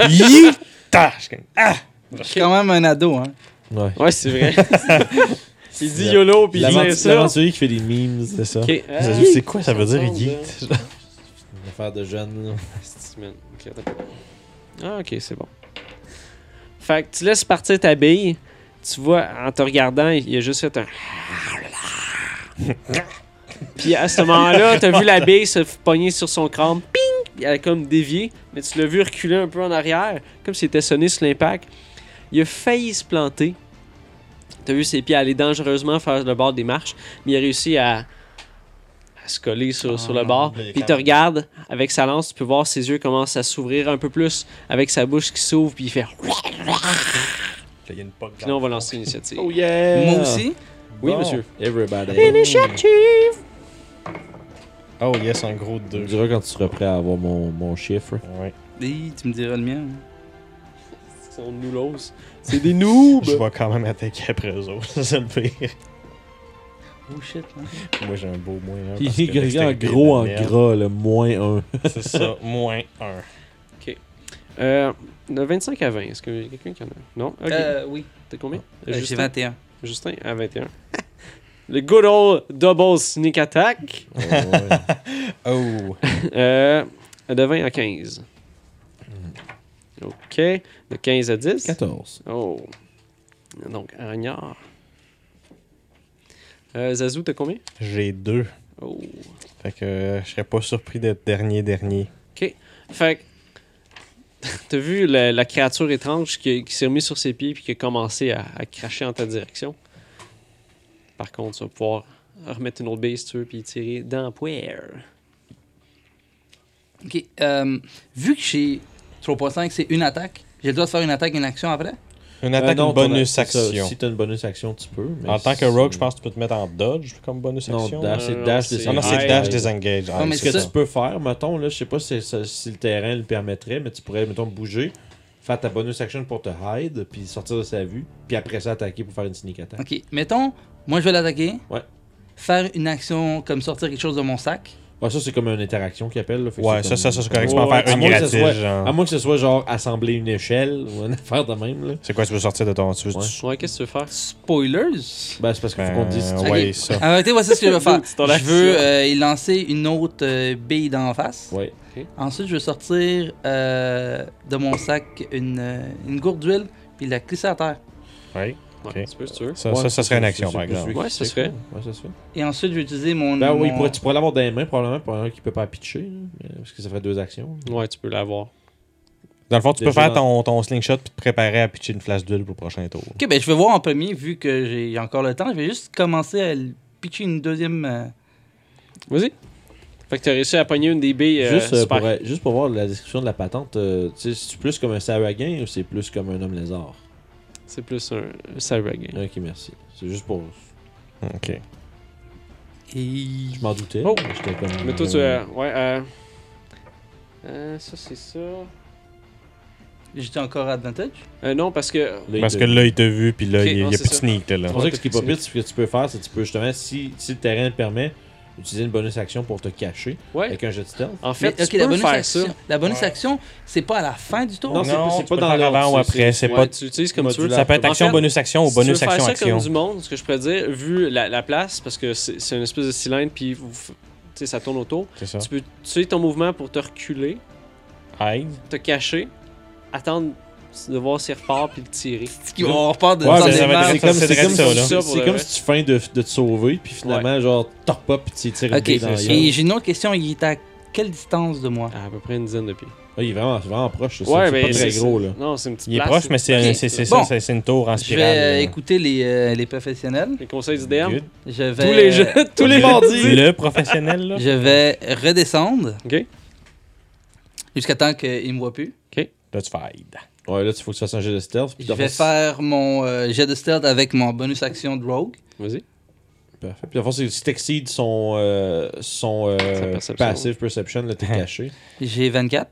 S2: Yeeta! Ah, Je suis comme,
S4: Je suis quand même un ado. Hein.
S3: Ouais.
S1: Ouais, c'est vrai. il dit
S3: La-
S1: YOLO, puis il dit
S3: L'aventurier
S1: ça.
S3: l'aventurier qui fait des memes, c'est ça.
S1: Ok. Ah.
S2: Zazu, C'est quoi ça veut dire yeet?
S3: Une affaire de jeune. là.
S1: Asti, man. Ok, attends. Ah, ok, c'est bon. Fait que tu laisses partir ta bille. Tu vois, en te regardant, il a juste fait un. Puis à ce moment-là, t'as vu la bille se f- pogner sur son crâne. Ping! Elle a comme dévié. Mais tu l'as vu reculer un peu en arrière, comme s'il était sonné sur l'impact. Il a failli se planter. T'as vu ses pieds aller dangereusement faire le bord des marches, mais il a réussi à, à se coller sur,
S4: Ah,
S1: sur le
S4: non,
S1: bord.
S2: mais
S1: Puis
S2: quand
S1: il te
S2: même.
S1: regarde avec sa lance, tu peux voir ses yeux commencent à s'ouvrir un peu plus avec sa bouche qui s'ouvre, puis il fait.
S2: Là, il y a une poque
S1: Puis là, on va lancer l'initiative.
S3: Oh yeah!
S4: Moi aussi.
S1: Oui, monsieur.
S3: Everybody.
S2: Oh yes, un gros
S3: Tu me
S2: 2.
S3: diras quand tu seras prêt à avoir mon, mon chiffre.
S2: Ouais.
S4: Hey, tu me diras le mien.
S1: Ils sont noulos. C'est des noobs!
S2: Je vais quand même attaquer après eux autres, c'est le pire.
S4: Oh shit, man.
S2: Moi j'ai un beau moins 1.
S3: Il est écrit en gros en gras, le moins un.
S2: C'est ça, moins 1.
S1: Euh, de 25 à 20, est-ce que y a quelqu'un qui en a? Non? Ok.
S4: Euh, oui.
S1: T'as combien?
S4: Euh, J'ai
S1: Justin?
S4: 21.
S1: Justin à 21. Le good old double sneak attack.
S2: Oh!
S1: Euh, de 20 à 15.
S4: Hmm.
S1: OK. De 15 à 10.
S3: 14.
S1: Oh. Donc, Ragnard. Euh, Zazou, t'as combien?
S2: J'ai 2.
S1: Oh.
S2: Fait que euh, je serais pas surpris d'être dernier, dernier.
S1: Fait que, t'as vu la, la créature étrange qui, qui s'est remise sur ses pieds puis qui a commencé à, à cracher en ta direction. Par contre, tu vas pouvoir remettre une autre base, si tu veux, puis tirer dans la poire.
S4: Ok. euh, vu que j'ai 3.5, c'est une attaque. J'ai le droit de faire une attaque et une action après?
S2: Une attaque,
S3: Euh, non,
S2: une bonus
S3: t'en as- c'est ça.
S2: action.
S3: Si t'as une bonus action, tu peux. mais
S2: En tant que
S3: si-
S2: rogue, je pense que tu peux te mettre en dodge comme bonus
S3: Non,
S2: action.
S1: dodge.
S3: dash, c'est
S1: Non,
S3: dash,
S1: c'est-
S2: Ah non, c'est
S1: Ouais.
S2: dash disengage. Ah,
S4: mais
S3: Ce
S2: c'est
S3: que
S4: ça.
S3: tu peux faire, mettons, là, je sais pas si, si- si le terrain le permettrait, mais tu pourrais, mettons, bouger, faire ta bonus action pour te hide, puis sortir de sa vue, puis après ça attaquer pour faire une sneak attack.
S4: Ok. Mettons, moi je vais l'attaquer.
S3: Ouais.
S4: Faire une action comme sortir quelque chose de mon sac.
S3: Ouais, ça, c'est comme une interaction qu'ils appellent. là, fait que
S2: Ouais,
S3: c'est
S2: ça,
S3: comme-
S2: ça, ça, c'est correct. Tu peux
S1: Ouais,
S2: en faire
S1: ouais,
S3: à
S2: une
S3: moins que ce
S2: gratuite,
S3: soit-
S2: genre.
S3: À moins que ce soit genre assembler une échelle ou une affaire de même, là.
S2: C'est quoi, tu veux sortir de ton. Tu veux-
S3: Ouais.
S2: tu-
S1: Ouais, qu'est-ce que tu veux faire?
S4: Spoilers.
S3: Ben, c'est parce qu'il faut
S2: Ben,
S3: qu'on dise.
S2: ouais.
S4: Ok.
S2: ça.
S4: En réalité, voici ce que je vais faire.
S1: C'est ton
S4: je
S1: action.
S4: veux euh, y lancer une autre euh, bille d'en face.
S3: Ouais.
S4: Ensuite, je vais sortir euh, de mon sac une, euh, une gourde d'huile puis la clisser à terre.
S2: Ouais.
S1: Ouais,
S2: Ok.
S1: tu peux, si tu veux.
S2: Ça,
S3: Ouais,
S2: ça, ça serait une
S3: c'est-
S2: action,
S3: c'est-
S2: par
S3: c'est plus
S2: exemple.
S3: lui
S1: Ouais,
S3: qui
S1: ça
S3: sait,
S1: serait.
S3: quoi. Ouais, ça se fait.
S4: Et ensuite, je vais utiliser mon.
S3: Ben oui,
S4: mon-
S3: pourrais- tu pourrais l'avoir dans les mains, probablement, pour un qui peut pas la pitcher, là, mais- parce que ça ferait deux actions.
S1: Ouais, tu peux l'avoir.
S2: Dans le fond, tu peux
S3: Déjà-
S2: faire ton, ton slingshot puis te préparer à pitcher une flash d'huile pour le prochain tour.
S4: Ok, ben je vais voir en premier, vu que j'ai encore le temps. Je vais juste commencer à le pitcher une deuxième. euh,
S1: Vas-y. Fait que t'as réussi à pogner une des billes. euh,
S3: juste, euh,
S1: super.
S3: pour, euh, juste pour voir la description de la patente, euh, tu sais, c'est plus comme un Saraguin ou c'est plus comme un homme lézard
S1: C'est plus un un
S4: Euh,
S1: cybergame.
S3: Ok, merci. C'est juste pour.
S2: Ok.
S4: Et.
S3: Je m'en doutais.
S1: Oh!
S3: mais J'étais comme.
S1: Mais toi, tu. euh, ouais, euh... euh, Ça, c'est ça.
S4: J'étais encore à advantage.
S1: Euh, non, parce que.
S3: Là, il
S2: Parce
S3: te-
S2: que là, il t'a vu, puis là,
S1: Ok,
S2: il y a-
S1: non,
S2: il y a
S1: c'est
S2: plus de
S1: ça.
S2: sneak, là.
S3: C'est pour ça que ce qui est pas pire, c'est que ce que tu peux faire, c'est que tu peux justement, si, si le terrain le permet, utiliser une bonus action pour te cacher
S1: Ouais.
S3: avec un jet de stealth.
S1: En fait,
S4: Mais, ok,
S1: tu peux faire
S4: action,
S1: ça.
S4: la bonus
S2: Ouais.
S4: action, c'est pas à la fin du tour.
S3: Non, c'est-
S2: Non,
S3: c'est
S2: tu
S3: pas
S2: peux
S3: dans
S2: le faire
S3: l'ordre,
S2: avant ou
S3: c'est-
S2: après, c'est
S1: Ouais,
S2: pas...
S1: tu utilises comme tu veux.
S3: modulable.
S2: Ça peut être
S1: En
S2: action
S1: fait,
S2: bonus action ou
S1: Si tu veux
S2: bonus
S1: faire
S2: action
S1: ça
S2: action.
S1: comme du monde, ce que je pourrais dire, vu la, la place, parce que c'est c'est une espèce de cylindre, puis vous f- tu sais, ça tourne autour,
S2: C'est ça.
S1: tu peux utiliser ton mouvement pour te reculer,
S2: Hide.
S1: te cacher, attendre de voir s'il repart, puis le tirer.
S4: On repart de
S3: Ouais,
S4: dans
S2: mais
S4: des
S2: ça va
S4: marches.
S2: être-
S3: c'est comme,
S2: c'est
S3: c'est comme
S2: direct ça, là.
S3: si, tu-
S1: Ça, pour
S3: c'est
S1: de
S3: comme
S1: vrai.
S3: si tu feins de, de te sauver, puis finalement, genre, top up, puis tu tires une
S4: Ok,
S3: bille dans la gueule.
S4: et j'ai une autre question. Il est à quelle distance de moi
S1: À, à peu près une dizaine de pieds.
S3: Ah, il est vraiment, c'est vraiment proche, ça.
S1: Ouais,
S3: c'est
S1: mais
S3: pas très
S1: c'est-
S3: gros, là.
S1: Non, c'est une petite
S2: Il est
S1: place,
S2: proche, mais c'est
S4: Ok.
S2: c'est- c'est
S4: Bon.
S2: ça, c'est- c'est une tour en
S4: Je
S2: spirale.
S4: vais euh,
S2: là.
S4: écouter les, euh, les professionnels.
S1: Les conseils du DM.
S2: Good. Ben,
S4: Je vais,
S1: Tous les jeux, tous les
S2: Le-
S1: mardis.
S2: Le professionnel, là.
S4: Je vais redescendre
S1: Ok.
S4: jusqu'à temps qu'il me voit plus.
S2: Là, tu fais hide.
S3: Ouais, là, il faut que tu fasses un jet de stealth. puis
S4: Je
S3: dans le
S4: vais
S3: fond,
S4: faire mon euh, jet de stealth avec mon bonus action de rogue.
S1: Vas-y.
S3: c'est- Parfait. Puis, dans le fond, c'est- si t'excides son, euh, son euh,
S1: Sa perception.
S3: passive perception, là, t'es caché.
S4: J'ai 24.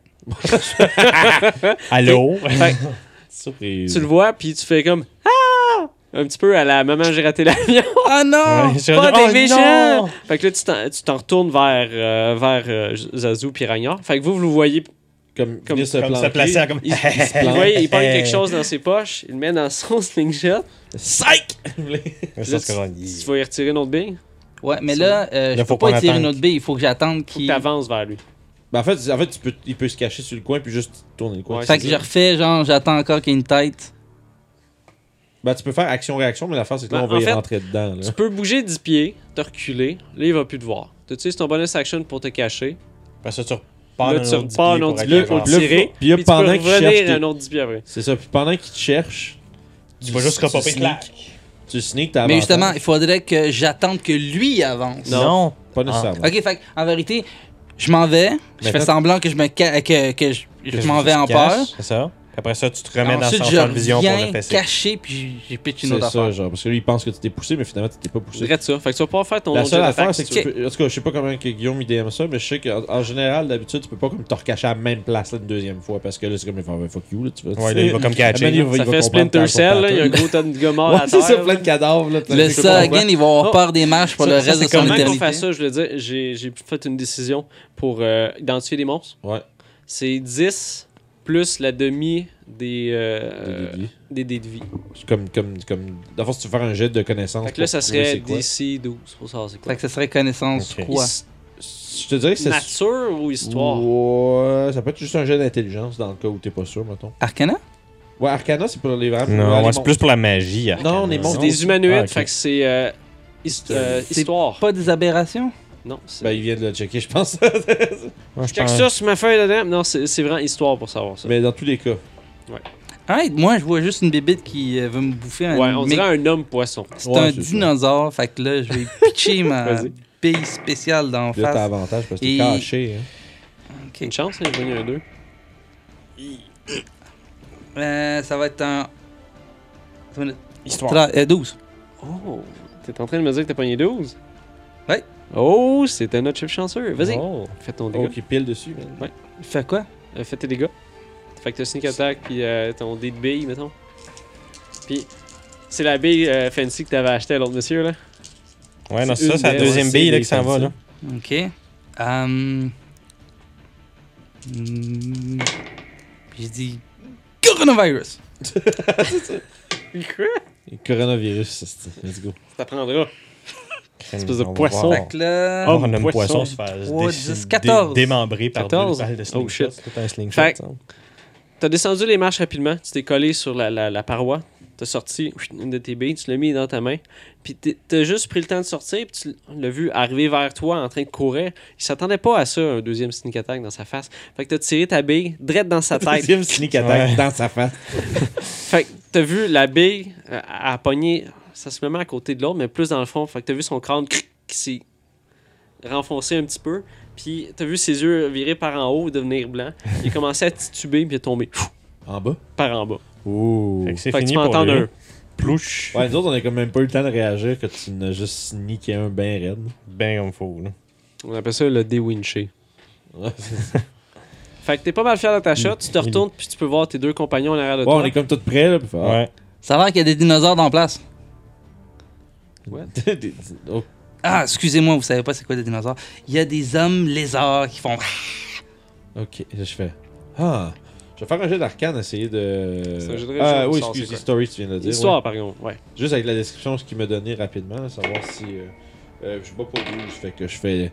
S2: Allô?
S1: Fait que
S3: Surprise.
S1: tu le vois, puis tu fais comme Ah! Un petit peu à la maman, j'ai raté l'avion.
S4: Oh non!
S2: Ouais, je-
S1: pas
S3: Ah
S2: oh,
S1: des méchants!
S2: non!
S1: Fait que là, tu t'en- tu t'en retournes vers, euh, vers euh, Zazu puis Ragnard. Fait que vous, vous le voyez.
S3: Comme,
S1: Comme-
S3: venir se
S2: Comme
S3: planquer.
S2: se placer à comme...
S1: Il, il, voyait, il prend quelque chose dans ses poches, il le met dans son slingshot.
S3: Psych!
S1: Puis là,
S2: Ça, c'est comme-
S1: Tu vas y retirer une autre bille.
S4: Ouais, mais là, euh, je
S2: Là,
S4: peux
S2: faut
S4: pas
S2: qu'on
S4: tirer une
S2: attende.
S4: autre bille. Il faut que j'attende
S1: Faut que
S4: qu'il.
S1: tu avances vers lui.
S3: Ben, en fait, en fait tu peux, il peut se cacher sur le coin, puis juste tourner le coin.
S1: Ouais,
S4: Fait que je refais, genre, j'attends encore qu'il y ait une tête.
S3: Ben, tu peux faire action-réaction, mais l'affaire, c'est que là,
S1: Ben,
S3: on va
S1: en
S3: y
S1: fait,
S3: rentrer dedans, là.
S1: Tu peux bouger 10 pieds, te reculer. Là, il va plus te voir. Tu utilises ton bonus action pour te cacher.
S2: Parce que tu
S1: Là, tu repars un autre 10 pieds pour
S3: le-
S1: tirer.
S3: puis là,
S1: Puis tu peux
S3: pendant qu'il cherche
S1: revenir
S3: tes-
S1: un autre 10 pieds après.
S3: C'est ça. Puis pendant qu'il te cherche,
S2: Tu vas juste
S3: tu
S2: repopper
S3: sneak.
S2: clac.
S3: tu sneak, t'as
S4: Mais
S3: avantage.
S4: justement, il faudrait que j'attende que lui avance.
S1: Non.
S2: Non.
S3: Pas nécessairement.
S1: Ah,
S4: Ok, fait que, en vérité, je m'en vais, je
S2: Mais
S4: fais
S2: toi-
S4: semblant que je me ca- que, que je, je m'en vais en peur.
S2: C'est ça. Puis Après ça, tu te remets
S4: Ensuite,
S2: dans
S4: je
S2: son champ de vision pour
S4: reviens
S2: le fesser.
S4: caché, puis j'ai pitché une
S3: C'est
S4: autre
S3: ça,
S4: affaire.
S3: genre. Parce que lui, il pense que tu t'es poussé, mais finalement, tu t'es pas poussé.
S1: Dirais ça. Fait que tu vas pouvoir faire ton
S3: La
S1: jet
S3: seule
S1: d'attaque,
S3: affaire,
S1: si
S3: c'est
S1: tu
S3: que tu peux- En tout cas, je sais pas comment que Guillaume il DM ça, mais je sais qu'en en général, d'habitude, tu peux pas comme te recacher à la même place là, une deuxième fois parce que là, c'est comme il fait fuck you. Là, tu vois,
S2: Ouais, là, il va comme catcher, là.
S1: veux. Ça fait Splinter Cell, là, il y a un gros tas de gars morts à
S3: Ouais, c'est ça,
S1: terre,
S3: plein
S1: là.
S3: de cadavres. Là,
S4: Le Sagan, il va avoir
S1: Oh.
S4: peur des marches pour
S1: Ça-
S4: le
S1: ça,
S4: reste de
S1: c'est
S4: son
S1: comment qu'on fait
S4: éternité.
S1: ça, je veux dire, j'ai j'ai fait une décision pour euh, identifier des monstres.
S3: Ouais.
S1: C'est 10 plus la demi des euh,
S3: Des dés de vie.
S1: des dés de vie.
S3: C'est Comme, comme, comme. D'abord, si tu veux faire un jet de connaissances.
S1: Fait que là,
S3: pour
S1: ça
S3: trouver
S1: serait
S3: c'est quoi.
S1: d'ici 12 pour savoir c'est quoi.
S4: Fait que ça serait connaissance
S2: Ok.
S4: quoi?
S1: His-
S3: Je te dirais que c'est.
S1: Nature ou histoire?
S3: Ouais, ça peut être juste un jet d'intelligence dans le cas où t'es pas sûr, mettons.
S4: Arcana?
S3: Ouais, Arcana, c'est pour les vraiment.
S2: Non,
S3: les
S2: ouais, c'est
S3: mon-
S2: plus pour la magie. hein.
S3: Non,
S2: Arcana.
S3: les
S1: C'est
S3: monstres.
S1: des humanoïdes,
S2: Ah, ok.
S1: fait que c'est euh, hist- euh,
S4: C'est
S1: histoire.
S4: Pas des aberrations?
S1: Non, c'est...
S3: Ben, il vient de le checker, je pense.
S2: Ouais, je
S1: Check
S2: pense-
S1: ça sur ma feuille dedans. Non, c'est, c'est vraiment histoire pour savoir ça.
S3: mais dans tous les cas.
S4: Alright, moi je vois juste une bébite qui euh, veut me bouffer un
S1: ouais, on
S4: mec-
S1: dirait un homme poisson.
S4: C'est
S3: Ouais,
S4: un
S3: c'est ça.
S4: dinosaure, fait que là je vais pitcher ma
S1: Vas-y.
S4: bille spéciale d'en
S3: Là, t'as
S4: face.
S3: avantage parce que t'es
S4: Et-
S3: caché. Hein.
S4: Ok.
S1: Une chance, il est venu un 2.
S4: Euh, ça va être un. Attends une minute.
S2: Histoire.
S4: Tra- euh, 12.
S1: Oh, t'es en train de me dire que t'as pogné 12?
S4: Ouais.
S1: Oh, c'était notre chef chanceux. Vas-y,
S3: Oh,
S1: fais ton dégât.
S3: oh qui pile dessus. man.
S1: Ouais.
S4: Fais quoi?
S1: Euh, fais tes dégâts. Fait que t'as sneak attack puis euh, ton dé de bille, mettons. Puis c'est la bille euh, fancy que t'avais acheté à l'autre monsieur, là.
S2: Ouais, non,
S1: C'est
S2: c'est ça,
S1: une
S2: c'est la
S1: des-
S2: deuxième
S3: ouais,
S2: bille
S3: c'est
S2: là,
S3: des
S2: qui s'en va.
S3: fancy.
S2: Là.
S4: Ok. Hum. Hmm. Puis J'ai dit. Coronavirus!
S1: Quoi?
S3: Et Coronavirus, ça, c'est- let's go.
S1: Ça t'apprendra. Espèce de
S2: On va
S1: poisson.
S2: voir.
S4: Fait que là.
S1: Oh,
S2: on a un
S1: poisson.
S2: poisson se faire
S4: Ouais,
S2: dé-
S4: dix,
S2: dé-
S4: quatorze.
S2: démembrer par
S1: Quatorze.
S2: deux balles de
S1: Oh, shit.
S2: slingshot. C'est tout un slingshot.
S1: Fait que-
S2: ça.
S1: T'as descendu les marches rapidement, tu t'es collé sur la, la, la paroi, t'as sorti une de tes billes, tu l'as mis dans ta main, puis t'es- t'as juste pris le temps de sortir, puis tu l'as vu arriver vers toi en train de courir. Il s'attendait pas à ça, un deuxième sneak attack dans sa face. Fait que t'as tiré ta bille direct dans sa tête.
S3: Deuxième sneak attack
S2: Ouais.
S3: dans sa face.
S1: Fait que t'as vu la bille euh, à, à pogner, ça se met à côté de l'autre, mais plus dans le fond. Fait que t'as vu son crâne cric, qui s'est renfoncé un petit peu. Puis t'as vu ses yeux virer par en haut et devenir blanc. Il a commencé à tituber puis il est tombé pfff,
S3: En bas.
S1: par en bas.
S3: Ouh.
S2: Fait que c'est
S1: Fait que tu
S2: fini
S1: peux
S2: pour
S1: entendre
S2: lui.
S1: un
S2: Plouche.
S3: Ouais, nous autres, on a quand même pas eu le temps de réagir que tu n'as juste niqué un ben raide.
S2: Ben comme faut. Là.
S1: On appelle ça le déwinché.
S3: Ouais,
S1: Fait que t'es pas mal fier de ta shot, tu te
S2: Il-
S1: retournes puis tu peux voir tes deux compagnons en arrière de
S3: Ouais,
S1: Euh, toi.
S3: on est comme tout prêts, là. Puis, fait, ah.
S2: Ouais.
S4: Ça a l'air qu'il y a des dinosaures dans la place.
S1: Ouais.
S3: Des- des- oh,
S4: Ah, excusez-moi, vous savez pas c'est quoi des dinosaures. Il y a des hommes lézards qui font.
S3: ok, je fais. Ah. Je vais faire un jeu d'arcane, essayer de.
S1: C'est un jeu de
S3: Ah
S1: région,
S3: oui,
S1: ça, c'est
S3: excuse,
S1: quoi.
S3: story, tu viens de le dire.
S1: Histoire, par contre, ouais.
S3: ouais. Juste avec la description, ce qu'il m'a donné rapidement, là, savoir si. euh, euh, je suis pas pour 12, fait que je fais.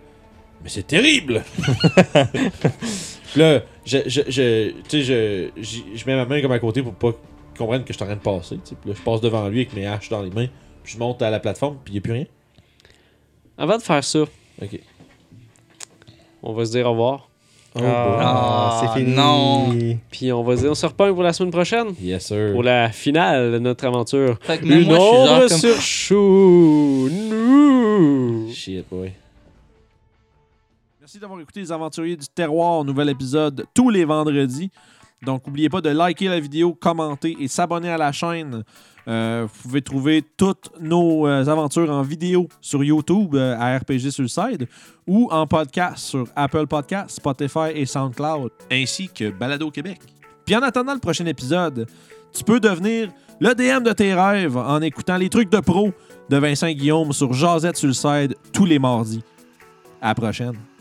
S3: Mais c'est terrible! Puis là, je, je, je, tu sais, je, j'y- je mets ma main comme à côté pour pas qu'il comprenne que je suis en train de passer. tu sais. Puis là, je passe devant lui avec mes haches dans les mains. Puis je monte à la plateforme, puis il n'y a plus rien.
S1: Avant de faire ça,
S3: Ok.
S1: on va se dire au revoir.
S3: Oh,
S4: Ah, c'est fini. non.
S1: Puis on va se dire on se reprend pour la semaine prochaine.
S3: boy. Yes, sir.
S1: Pour la finale de notre aventure.
S4: Fait que même
S1: Une
S4: moi, je suis genre
S1: ombre
S4: comme-
S1: sur chou. Nous.
S3: Shit, boy.
S5: Merci d'avoir écouté Les Aventuriers du Terroir, nouvel épisode tous les vendredis. Donc, n'oubliez pas de liker la vidéo, commenter et s'abonner à la chaîne. Euh, vous pouvez trouver toutes nos euh, aventures en vidéo sur YouTube euh, à RPG Suicide ou en podcast sur Apple Podcasts, Spotify et SoundCloud, ainsi que Balado Québec. Puis en attendant le prochain épisode, tu peux devenir le DM de tes rêves en écoutant les trucs de pro de Vincent Guillaume sur Jazette Suicide tous les mardis. À la prochaine.